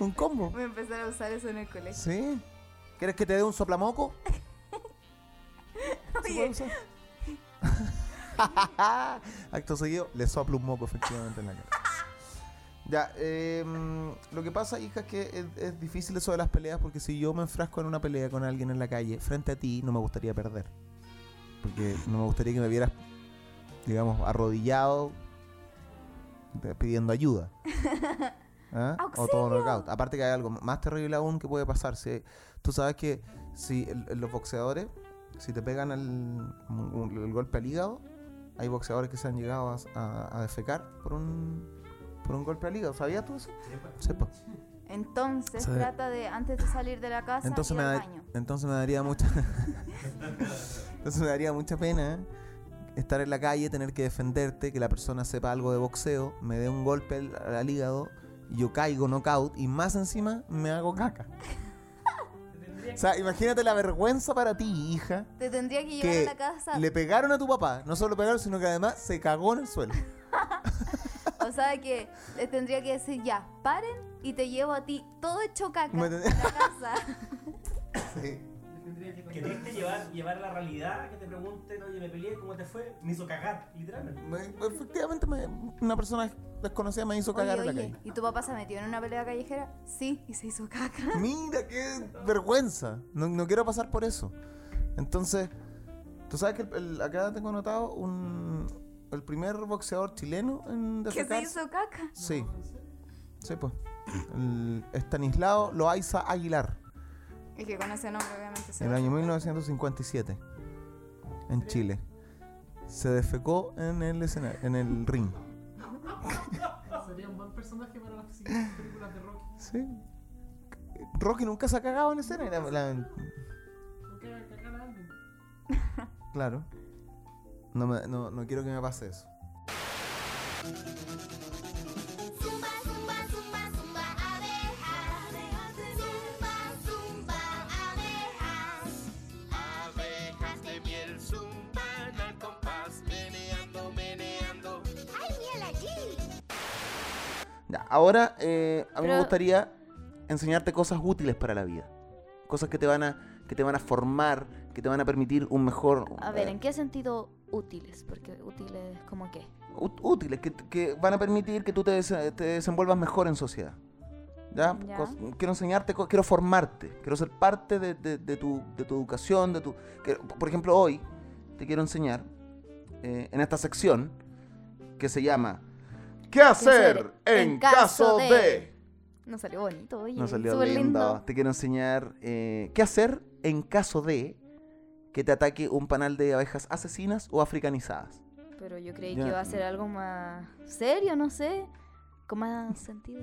A: un combo.
B: Voy a empezar a usar eso en el colegio.
A: Sí. ¿Quieres que te dé un soplamoco?
B: Oye,
A: Acto seguido, le soplo un moco efectivamente en la cara. Ya, em, lo que pasa, hija, es que es, es difícil eso de las peleas porque si yo me enfrasco en una pelea con alguien en la calle, frente a ti, no me gustaría perder. Porque no me gustaría que me vieras, digamos, arrodillado de- pidiendo ayuda. ¿Ah? O todo knockout. Aparte que hay algo más terrible aún que puede pasar. Si, tú sabes que si el- los boxeadores, si te pegan el, un- el golpe al hígado, hay boxeadores que se han llegado a, a- a defecar por un, por un golpe al hígado. ¿Sabías tú eso? pues. Sepa.
B: entonces
A: Sí.
B: trata de, antes de salir de la casa,
A: Entonces
B: ir
A: me,
B: al
A: da-
B: baño.
A: entonces me daría mucha entonces me daría mucha pena estar en la calle, tener que defenderte, que la persona sepa algo de boxeo, me dé un golpe al, al hígado, yo caigo knockout y más encima me hago caca. O sea, imagínate la vergüenza para ti, hija,
B: Te tendría que llevar a
A: que
B: la casa.
A: le pegaron a tu papá, no solo pegaron, sino que además se cagó en el suelo.
B: O sea que les tendría que decir ya, paren y te llevo a ti todo hecho caca
A: Me
B: a
A: ten-
B: la casa.
T: Que tienes que llevar, llevar la realidad, que te pregunten, oye, me peleé, ¿cómo te fue? Me hizo cagar, literalmente.
A: Me- efectivamente, me- una persona desconocida me hizo
B: Oye,
A: cagar en la
B: oye,
A: calle.
B: ¿y tu papá se metió en una pelea callejera? Sí, y se hizo caca.
A: Mira qué vergüenza. No, no quiero pasar por eso. Entonces, tú sabes que el- el- acá tengo anotado un, el primer boxeador chileno en
B: Que se
A: defecarse.
B: hizo caca.
A: Sí. Sí, pues. El Estanislao Loaiza Aguilar,
B: Y que con ese nombre obviamente se
A: en el
B: va.
A: año 1957, en Chile. Se defecó en el escenario, en el ring.
S: Sería un buen personaje para las siguientes películas de Rocky.
A: Sí. Rocky nunca se ha cagado en escena. la- la-
S: No quiero cagar a alguien.
A: claro. No, me- no, no quiero que me pase eso.
O: Zumba, zumba, zumba, zumba, abeja. Zumba, zumba, abejas. Abejas de miel zumban al compás, meneando, meneando. ¡Ay, miel allí!
A: Ya, ahora eh, a mí me
B: Pero-
A: gustaría enseñarte cosas útiles para la vida. Cosas que te van a, que te van a formar, que te van a permitir un mejor...
U: A ver,
A: eh,
U: ¿en qué sentido útiles? Porque útiles, ¿como qué?
A: ú- útiles, que, que van a permitir que tú te, des- te desenvuelvas mejor en sociedad. ¿Ya?
U: Ya.
A: Cos- quiero enseñarte, co- quiero formarte, quiero ser parte de, de- de tu, de tu educación, de tu... que- por ejemplo, hoy te quiero enseñar eh, en esta sección que se llama ¿Qué hacer en caso de...
U: No salió bonito, oye.
A: No salió
U: súper
A: lindo. Te quiero enseñar eh, qué hacer en caso de que te ataque un panal de abejas asesinas o africanizadas.
U: Pero yo creí
A: Ya.
U: que iba a ser algo más serio, no sé. Con más sentido.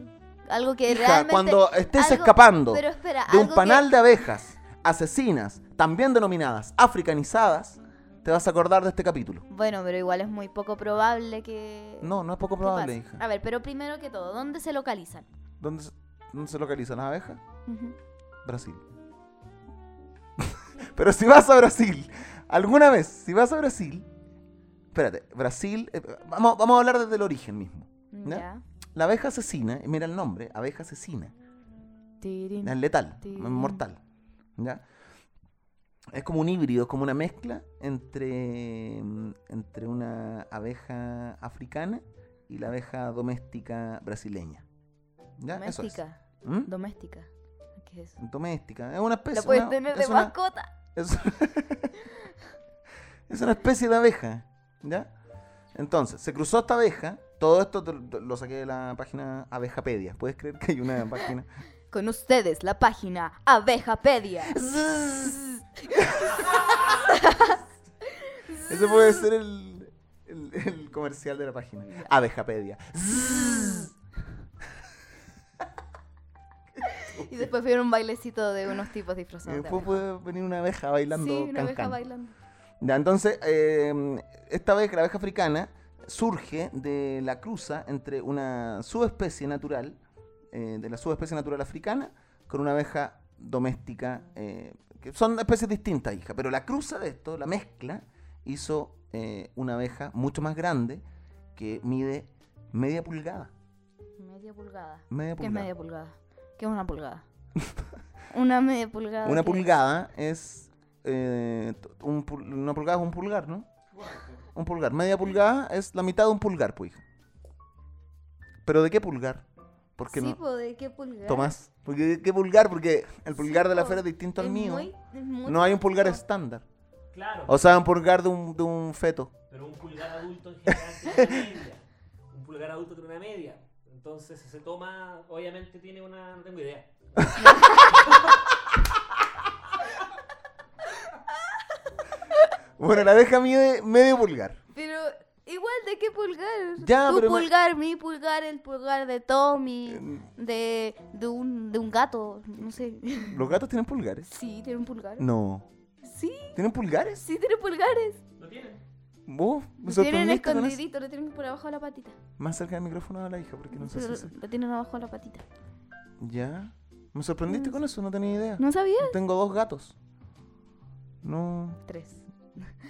U: Algo que
A: Hija,
U: realmente...
A: cuando estés
U: algo-
A: escapando
U: Pero espera,
A: de
U: algo
A: un panal
U: que...
A: de abejas asesinas, también denominadas africanizadas, te vas a acordar de este capítulo.
U: Bueno, pero igual es muy poco probable que...
A: No, no es poco
U: ¿Qué
A: probable,
U: pasa? Ah.
A: hija.
U: A ver, pero primero que todo, ¿dónde se localizan?
A: ¿Dónde, se- dónde se localizan las abejas?
U: Ujú.
A: Brasil. Pero si vas a Brasil, alguna vez, si vas a Brasil, espérate, Brasil, eh, vamos, vamos a hablar desde el origen mismo. ¿ya?
U: Ya.
A: La abeja asesina, y mira el nombre, abeja asesina.
U: Tirín.
A: Es letal, es
U: Tirín.
A: mortal. ¿ya? Es como un híbrido, es como una mezcla entre, entre una abeja africana y la abeja doméstica brasileña. ¿ya? Eso es.
U: Doméstica.
A: ¿Mm?
U: Doméstica. ¿Qué es eso?
A: Doméstica, es una especie.
U: Lo puedes
A: Pues una-
U: tener
A: es
U: de
A: una-
U: mascota.
A: es, es una especie de abeja, ¿ya? Entonces, se cruzó esta abeja. Todo esto te lo- te lo saqué de la página Abejapedia. ¿Puedes creer que hay una página?
U: Con ustedes, la página Abejapedia.
A: Ese puede ser el, el- Eh, el comercial de la página. Abejapedia.
B: Y después vieron un bailecito de unos tipos disfrazados. de
A: Después
B: abeja.
A: puede venir una abeja bailando.
B: sí, una abeja
A: cancán.
B: bailando.
A: Ya, entonces, eh, esta vez la abeja africana surge de la cruza entre una subespecie natural, eh, de la subespecie natural africana, con una abeja doméstica, eh, que son especies distintas, hija, pero la cruza de esto, la mezcla, hizo eh, una abeja mucho más grande que mide media pulgada.
B: Media pulgada.
A: Media
B: ¿Qué es
A: pulgada.
B: media pulgada? ¿Qué es una pulgada? una media pulgada.
A: Una
B: ¿qué es?
A: pulgada es. eh, t- un pul- una pulgada es un pulgar, ¿no? Un pulgar. Media pulgada es la mitad de un pulgar, pues. hija. ¿Pero de qué pulgar? Porque
B: Sí,
A: no?
B: po, ¿de qué pulgar?
A: Tomás. Porque de qué pulgar? Porque el pulgar de la
B: po,
A: fera es distinto al
B: es
A: mío.
B: muy- es muy
A: no hay un pulgar estándar.
C: Claro.
A: O sea, un pulgar de un, de un feto.
C: Pero un pulgar adulto en general tiene una media. Un pulgar adulto tiene una media. Entonces, si se toma, obviamente tiene una. No tengo idea.
A: Bueno, la abeja mide medio pulgar.
B: Pero igual, ¿de qué pulgar?
A: Ya,
B: tu
A: pero ima-
B: pulgar, mi pulgar, el pulgar de Tommy,
A: Em.
B: de, de, un, de un gato, no sé.
A: ¿Los gatos tienen pulgares?
B: Sí, tienen pulgares.
A: No.
B: Sí.
A: ¿Tienen pulgares?
B: Sí, tienen pulgares.
A: ¿Vos? ¿Me
B: Lo tienen
A: sorprendiste con eso?
B: escondidito, lo tienen por abajo de la patita.
A: Más cerca del micrófono a la hija, porque no sé
B: Pero
A: si se-
B: lo tienen abajo de la patita.
A: ¿Ya? ¿Me sorprendiste con eso? No tenía idea.
B: ¿No sabías?
A: Tengo dos gatos. No,
B: Tres.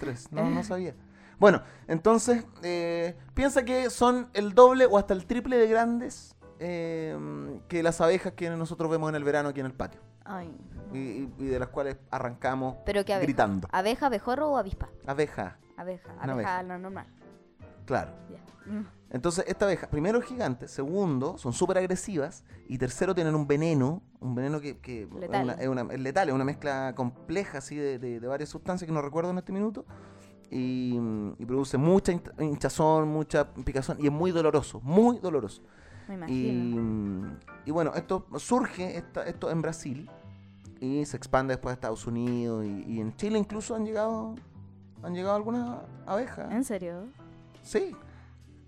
A: tres. No, no sabía. Bueno, entonces, eh, piensa que son el doble o hasta el triple de grandes eh, que las abejas que nosotros vemos en el verano aquí en el patio.
B: Ay.
A: Y, y- y de las cuales arrancamos
B: Pero qué abeja.
A: gritando.
B: ¿Abeja, abejorro o avispa?
A: Abeja,
B: Abeja,
A: Una
B: abeja,
A: abeja.
B: no normal.
A: claro.
B: Ya. Mm.
A: Entonces, esta abeja, primero es gigante, segundo, son súper agresivas, y tercero, tienen un veneno, un veneno que, que
B: Letal.
A: Es, una, es una- es letal, es una mezcla compleja así de, de- de varias sustancias que no recuerdo en este minuto, y, y produce mucha hin- hinchazón, mucha picazón, y es muy doloroso, muy doloroso.
B: Me
A: Y,
B: imagino.
A: y bueno, esto surge esta- esto en Brasil y se expande después a Estados Unidos y, y en Chile incluso han llegado han llegado algunas abejas. ¿eh?
B: ¿En serio?
A: Sí.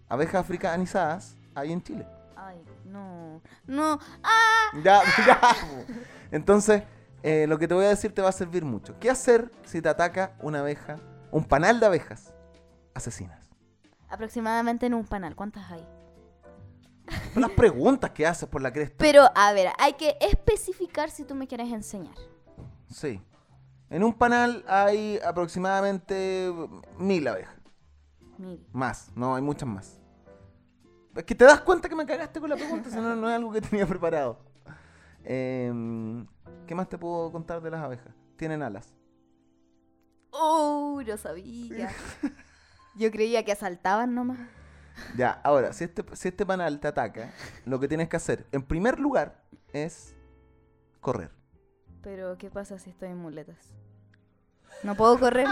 A: Abejas africanizadas hay en Chile.
B: Ay, no. No. ¡Ah!
A: Ya, ya. Entonces, eh, lo que te voy a decir te va a servir mucho. ¿Qué hacer si te ataca una abeja, un panal de abejas asesinas?
B: Aproximadamente en un panal, ¿cuántas hay?
A: Son Las preguntas que haces por la cresta.
B: Pero, a ver, hay que especificar si tú me quieres enseñar.
A: Sí. En un panal hay aproximadamente mil abejas.
B: Mil.
A: Más, no, hay muchas más. Es que te das cuenta que me cagaste con la pregunta, si no, no es algo que tenía preparado. Em, ¿Qué más te puedo contar de las abejas? Tienen alas.
B: ¡Oh! Yo sabía. Yo creía que asaltaban nomás.
A: Ya, ahora, si este, si este panal te ataca, lo que tienes que hacer, en primer lugar, es correr.
B: Pero, ¿qué pasa si estoy en muletas? No puedo correr.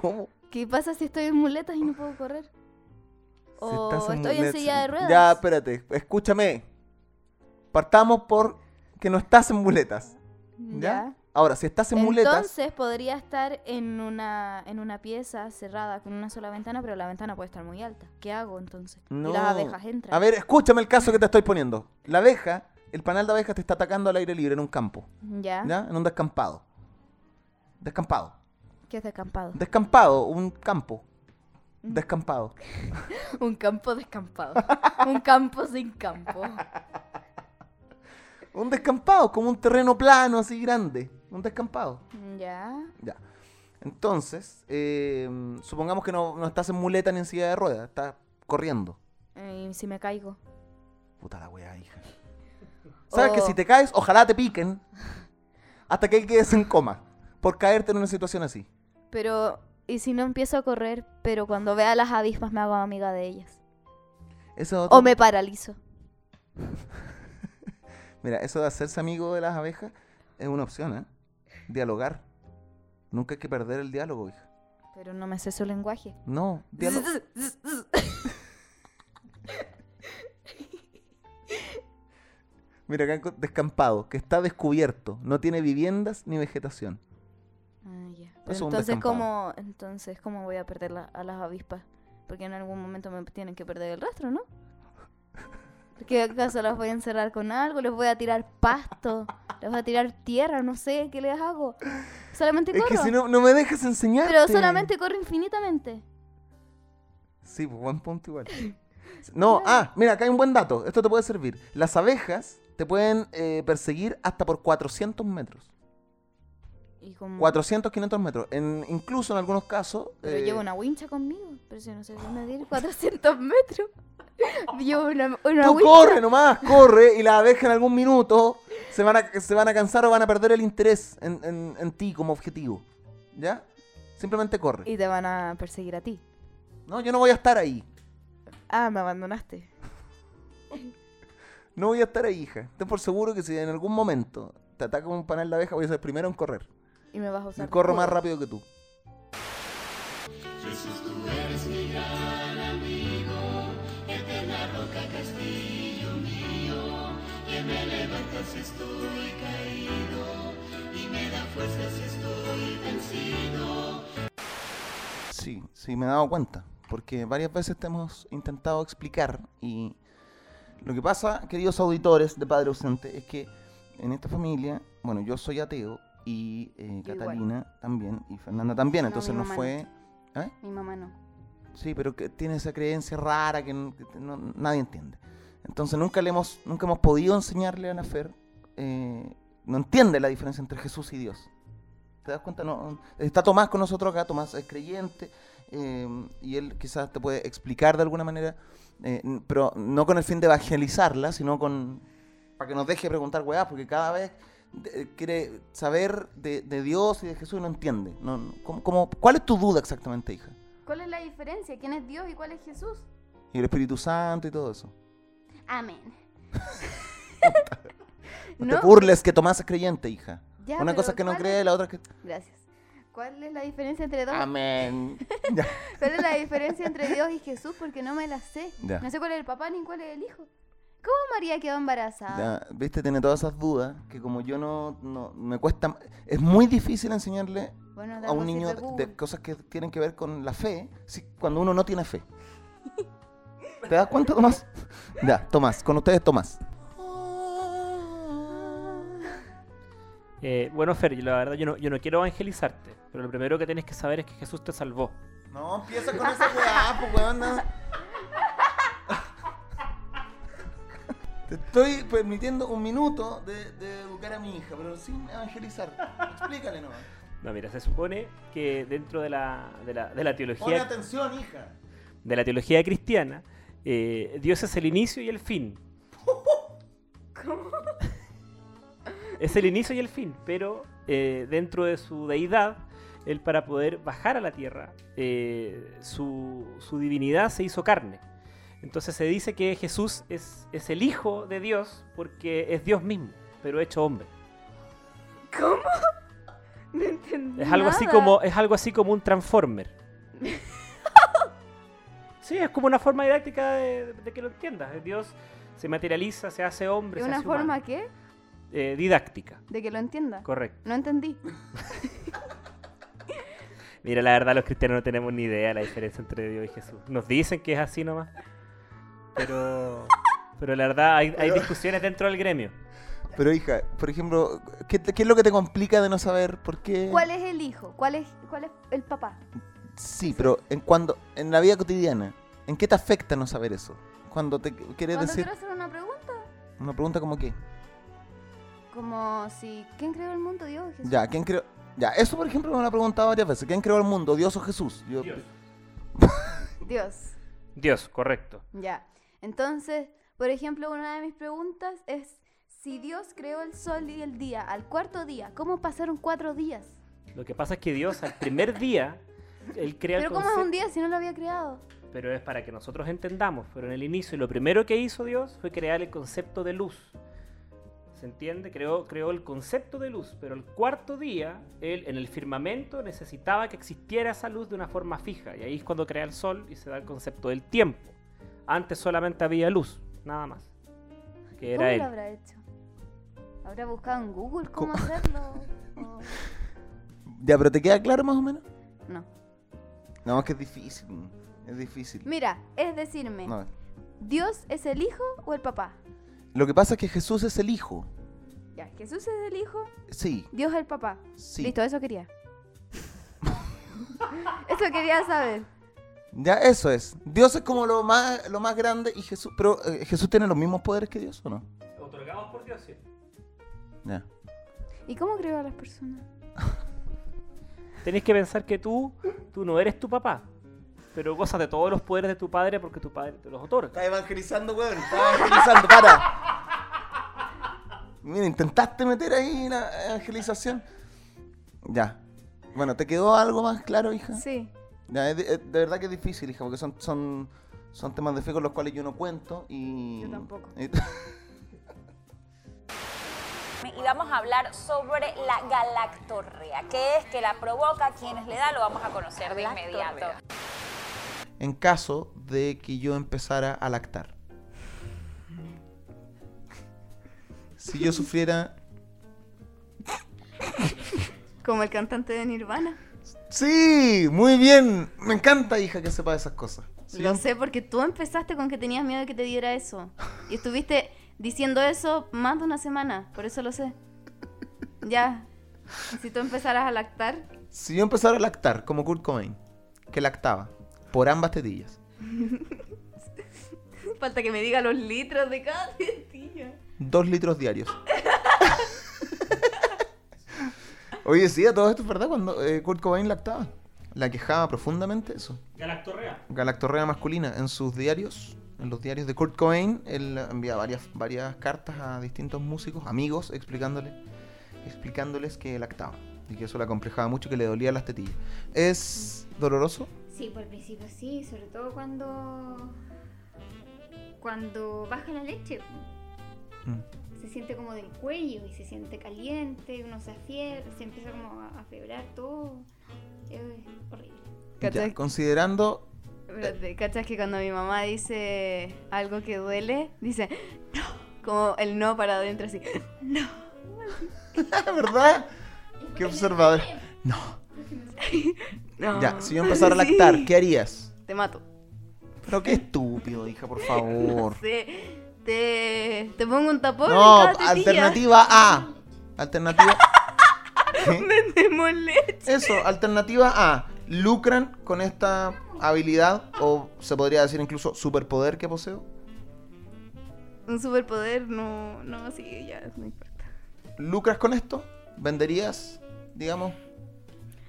A: ¿Cómo?
B: ¿Qué pasa si estoy en muletas y no puedo correr? O
A: Estás
B: Oh, estoy en
A: muletas.
B: silla de ruedas.
A: Ya, espérate, escúchame. Partamos por que no estás en muletas. ¿Ya?
B: Ya.
A: Ahora, si estás en muletas,
B: Entonces podría estar en una, en una pieza cerrada con una sola ventana, pero la ventana puede estar muy alta. ¿Qué hago entonces?
A: No.
B: Y las abejas entran.
A: A ver, escúchame el caso que te estoy poniendo. La abeja, el panal de abejas te está atacando al aire libre en un campo.
B: ¿Ya?
A: ¿Ya? En un descampado. Descampado.
B: ¿Qué es descampado?
A: Descampado, un campo.
B: Mm.
A: Descampado.
B: Un campo descampado. un campo sin campo.
A: Un descampado, como un terreno plano así grande. Un descampado.
B: ¿Ya?
A: Ya. Entonces, eh, supongamos que no, no estás en muleta ni en silla de ruedas, estás corriendo.
B: Eh, ¿Y si me caigo?
A: Puta la weá, hija. Sabes que
B: Oh.
A: si te caes, ojalá te piquen hasta que quedes en coma por caerte en una situación así.
B: Pero, ¿y si no empiezo a correr, pero cuando vea las avispas me hago amiga de ellas?
A: Eso es otro-
B: O me paralizo.
A: Mira, eso de hacerse amigo de las abejas es una opción, ¿eh? Dialogar. Nunca hay que perder el diálogo, hija.
B: Pero no me sé su lenguaje.
A: No, diálogo. Mira, acá enco- descampado, que está descubierto, no tiene viviendas ni vegetación.
B: Ah, ya.
A: Eso
B: Pero
A: es un
B: entonces,
A: descampado.
B: ¿cómo, entonces, ¿cómo voy a perder la- a las avispas? Porque en algún momento me tienen que perder el rastro, ¿no?
U: Porque acaso los voy a encerrar con algo, les voy a tirar pasto, les voy a tirar tierra, no sé, ¿qué les hago? Solamente
A: Es
U: corro.
A: que si no, no me dejas enseñar.
U: Pero solamente corro infinitamente.
A: Sí, pues, buen punto igual. No, ah, mira, acá hay un buen dato. Esto te puede servir. Las abejas te pueden eh, perseguir hasta por 400 metros.
U: Y como...
A: 400, 500 metros. En, incluso en algunos casos.
U: Mm. Pero
A: eh,
U: llevo una wincha conmigo, pero si no sé medir 400 metros. llevo una, una
A: Tú
U: wincha.
A: corre nomás, corre y las abejas en algún minuto se van, a, se van a cansar o van a perder el interés en, en- en ti como objetivo. ¿Ya? Simplemente corre.
U: Y te van a perseguir a ti.
A: No, yo no voy a estar ahí.
U: Ah, me abandonaste.
A: No voy a estar ahí, hija. Ten por seguro que si en algún momento te ataca un panel de abeja, voy a ser el primero en correr.
U: Y me vas a usar.
A: Y
U: de
A: corro más
U: escudo.
A: rápido que tú.
O: Jesús, tú eres mi gran amigo, eterna roca, castillo mío, que me levanta si estoy caído y me da fuerza si estoy vencido.
A: Sí, sí, me he dado cuenta. Porque varias veces te hemos intentado explicar. Y lo que pasa, queridos auditores de Padre Ausente, es que en esta familia, bueno, yo soy ateo y eh,
V: Yo igual.
A: Catalina también y Fernanda también.
V: No,
A: entonces
V: mi
A: nos
V: mamá
A: fue. ¿eh?
V: Mi mamá no.
A: Sí, pero que tiene esa creencia rara que, n- que no- nadie entiende. Entonces nunca le hemos, nunca hemos podido enseñarle a la Fer. eh, no entiende la diferencia entre Jesús y Dios. ¿Te das cuenta? No, está Tomás con nosotros acá, Tomás es creyente, eh, y él quizás te puede explicar de alguna manera, eh, n- pero no con el fin de evangelizarla, sino con para que nos deje preguntar weá, porque cada vez eh, quiere saber de, de Dios y de Jesús y no entiende. No, no, ¿cómo- cómo- ¿Cuál es tu duda exactamente, hija?
V: ¿Cuál es la diferencia? ¿Quién es Dios y cuál es Jesús?
A: Y el Espíritu Santo y todo eso.
V: Amén.
A: No,
V: No,
A: te burles que Tomás es creyente, hija.
V: Ya,
A: Una
V: pero
A: cosa es que no
V: ¿cuál
A: cree,
V: es?
A: la otra es que...
V: Gracias. ¿Cuál es la diferencia entre dos?
A: Amén.
V: ¿Cuál es la diferencia entre Dios y Jesús? Porque no me la sé.
A: Ya.
V: No sé cuál es el papá ni cuál es el hijo. ¿Cómo María quedó embarazada?
A: Ya, viste, tiene todas esas dudas que como yo no, no- me cuesta, es muy difícil enseñarle
V: Bueno, de
A: a
V: algo
A: un niño
V: sirve
A: de, de cosas que tienen que ver con la fe si- cuando uno no tiene fe. ¿Te das cuenta, Tomás? ya, Tomás, con ustedes Tomás.
C: Eh, bueno, Fer, yo la verdad yo no, yo no quiero evangelizarte, pero lo primero que tienes que saber es que Jesús te salvó.
A: No, empieza con esa weá, pues weona. Te estoy permitiendo un minuto de, de educar a mi hija, pero sin evangelizar. Explícale nomás.
C: No, mira, se supone que dentro de la, de la, de la
A: Pon
C: teología
A: atención, hija.
C: de la teología cristiana, eh, Dios es el inicio y el fin. Es el inicio y el fin, pero eh, dentro de su deidad, él para poder bajar a la tierra, eh, su, su divinidad se hizo carne. Entonces se dice que Jesús es, es el hijo de Dios porque es Dios mismo, pero hecho hombre.
V: ¿Cómo? No entendí.
C: Es algo así
V: nada.
C: como es algo así como un transformer. sí, es como una forma didáctica de, de que lo entiendas. Dios se materializa, se hace hombre,
V: ¿De
C: se
V: una
C: hace humano.
V: forma qué?
C: Eh, didáctica,
V: De que lo entienda.
C: correcto.
V: No entendí.
C: Mira, la verdad los cristianos no tenemos ni idea de la diferencia entre Dios y Jesús. Nos dicen que es así nomás. Pero pero la verdad hay, hay discusiones dentro del gremio.
A: Pero hija, por ejemplo, ¿qué, te- qué es lo que te complica de no saber por qué?
V: ¿Cuál es el hijo? ¿Cuál es, cuál es el papá?
A: Sí, pero en cuando en la vida cotidiana, ¿en qué te afecta no saber eso? Cuando te qu- quieres
V: Cuando
A: decir
V: quiero hacer una pregunta,
A: una pregunta como qué?
V: como si ¿quién creó el mundo, Dios o Jesús?
A: Ya, ¿quién creó? Ya, eso por ejemplo me lo han preguntado varias veces. ¿Quién creó el mundo? ¿Dios o Jesús? Yo-
V: Dios.
C: Dios, correcto.
V: Ya. Entonces, por ejemplo, una de mis preguntas es si Dios creó el sol y el día al cuarto día, ¿cómo pasaron cuatro días?
C: Lo que pasa es que Dios al primer día él crea el
V: Pero ¿cómo es
C: concepto-
V: un día si no lo había creado?
C: pero es para que nosotros entendamos. Pero en el inicio, lo primero que hizo Dios fue crear el concepto de luz. ¿Se entiende? Creó, creó el concepto de luz, pero el cuarto día, él en el firmamento necesitaba que existiera esa luz de una forma fija. Y ahí es cuando crea el sol y se da el concepto del tiempo. Antes solamente había luz, nada más. Que
V: ¿Cómo
C: era él.
V: lo habrá hecho? ¿Habrá buscado en Google cómo hacerlo? O-
A: Ya, pero ¿te queda claro más o menos?
V: No.
A: No, mm, es que es difícil. Es difícil.
V: Mira, es decirme,
A: No,
W: ¿Dios es el hijo o el papá?
A: Lo que pasa es que Jesús es el hijo.
W: Ya, Jesús es el hijo,
A: Sí.
W: Dios es el papá.
A: Sí.
W: Listo, eso quería. eso quería saber.
A: Ya eso es. Dios es como lo más, lo más grande y Jesús. Pero eh, Jesús tiene los mismos poderes que Dios, ¿o no?
X: Otorgados por Dios, sí.
W: ¿Y cómo creo a las personas?
C: Tenés que pensar que tú, tú no eres tu papá, pero gozas de todos los poderes de tu padre porque tu padre te los otorga.
A: Está evangelizando, weón. Está evangelizando, para. Mira, intentaste meter ahí la evangelización. Ya. Bueno, ¿te quedó algo más claro, hija?
W: Sí.
A: Ya, es de, es de verdad que es difícil, hija, porque son, son, son temas de fe con los cuales yo no cuento y... Yo tampoco.
L: Y vamos a hablar sobre la galactorrea. ¿Qué es? que la provoca? ¿Quiénes le da? Lo vamos a conocer de inmediato.
A: en caso de que yo empezara a lactar. Si yo sufriera...
B: Como el cantante de Nirvana.
A: Sí, muy bien. Me encanta, hija, que sepa esas cosas. em- Sí,
B: Lo sé porque tú empezaste con que tenías miedo de que te diera eso. Y estuviste diciendo eso más de una semana. Por eso lo sé. Ya. Si tú empezaras a lactar.
A: Si yo empezara a lactar, como Kurt Cobain, que lactaba por ambas tetillas,
B: Falta que me diga los litros de cada tetilla.
A: dos litros diarios. Oye, sí, a todo esto es verdad, cuando eh, Kurt Cobain lactaba, la quejaba profundamente eso.
X: Galactorrea.
A: Galactorrea masculina en sus diarios, en los diarios de Kurt Cobain, él envía varias, varias cartas a distintos músicos, amigos, explicándoles, explicándoles que lactaba y que eso la complejaba mucho, que le dolía las tetillas. ¿Es doloroso?
Y: Sí, por principio sí, sobre todo cuando. cuando baja la leche. Se siente como del cuello y se siente caliente, uno se afie- se empieza como a, a febrar todo. Es horrible.
A: Ya, considerando
B: Espérate, ¿cachas que cuando mi mamá dice algo que duele, dice no? Como el no para adentro, así. No.
A: ¿Verdad? ¿Qué observador? No.
B: No.
A: Ya, si yo empezara a lactar,
B: Ah. Sí.
A: ¿qué harías?
B: Te mato.
A: Pero qué estúpido, hija, por favor.
B: Sí. Te, te pongo un tapón.
A: No,
B: en cada tetilla.
A: alternativa A. Alternativa.
B: Vendemos leche.
A: Eso, alternativa A. Lucran con esta habilidad o se podría decir incluso superpoder que poseo.
B: Un superpoder, no, no, sí, ya. no importa.
A: ¿Lucras con esto? ¿Venderías, digamos,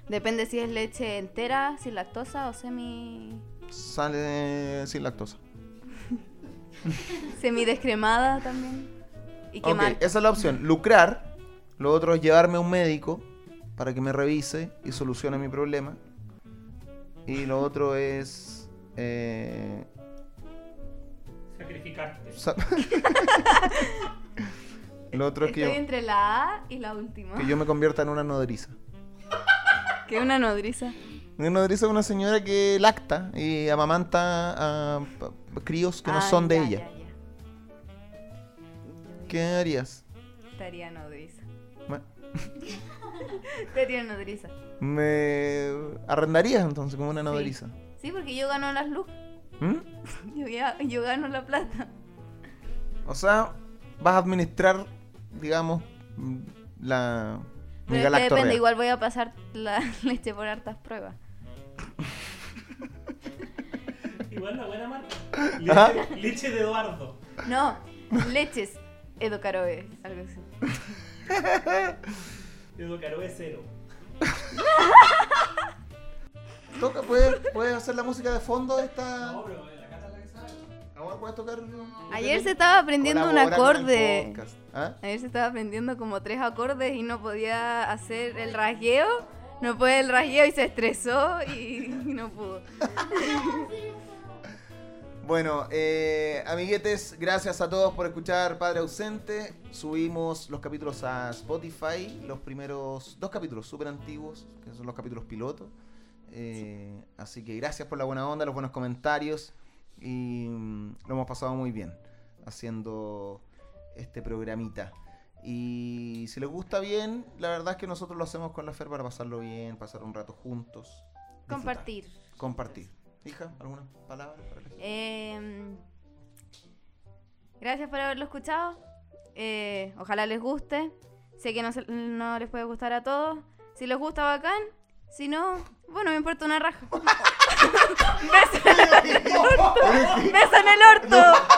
B: Depende si es leche entera, sin lactosa o semi.
A: sale sin lactosa?
B: semi descremada también. Y
A: Ok,
B: quemar.
A: esa es la opción. Lucrar. Lo otro es llevarme a un médico para que me revise y solucione mi problema. Y lo otro es... eh,
X: Sacrificarte.
A: sa- lo otro es que
B: Estoy
A: yo,
B: entre la A y la última.
A: que yo me convierta en una nodriza.
B: Que una nodriza.
A: Una nodriza es una señora que lacta y amamanta a pa- críos que no
B: Ah,
A: son de
B: ya,
A: ella.
B: ya, ya.
A: ¿Qué harías?
B: Estaría nodriza.
A: Bueno.
B: Estaría nodriza.
A: ¿Me arrendarías entonces como una nodriza?
B: Sí, porque yo gano las luces.
A: ¿Mm?
B: Yo, ya- yo gano la plata.
A: O sea, vas a administrar, digamos, mm, la. mi
B: Pero es que
A: galactorrea.
B: depende, igual voy a pasar la leche por hartas pruebas.
X: Igual la buena marca.
A: Ajá.
X: Leche, leche de Eduardo.
B: No, leches Edocaroe, algo así.
X: Educaro es cero.
A: Toca, ¿puedes, puedes hacer la música de fondo de esta. No,
X: pero la
A: Ahora puedes tocar.
B: Ayer se estaba aprendiendo un
A: Colabora con el
B: acorde.
A: podcast, ¿ah?
B: Ayer se estaba aprendiendo como tres acordes y no podía hacer el rasgueo. No puede el rasgueo y se estresó y, y no pudo.
A: Bueno, eh, amiguetes, gracias a todos por escuchar Padre Ausente. Subimos los capítulos a Spotify, los primeros dos capítulos súper antiguos, que son los capítulos piloto. Eh, Así que gracias por la buena onda, los buenos comentarios y mm, lo hemos pasado muy bien haciendo este programita. Y si les gusta bien, la verdad es que nosotros lo hacemos con la Fer para pasarlo bien, pasar un rato juntos.
B: Compartir.
A: Compartir. Hija, ¿alguna palabra para el
B: Eh, Gracias por haberlo escuchado. Eh, ojalá les guste. Sé que no, se- no les puede gustar a todos. Si les gusta, bacán. Si no, bueno, me importa una raja. Beso en el orto. Beso en el orto.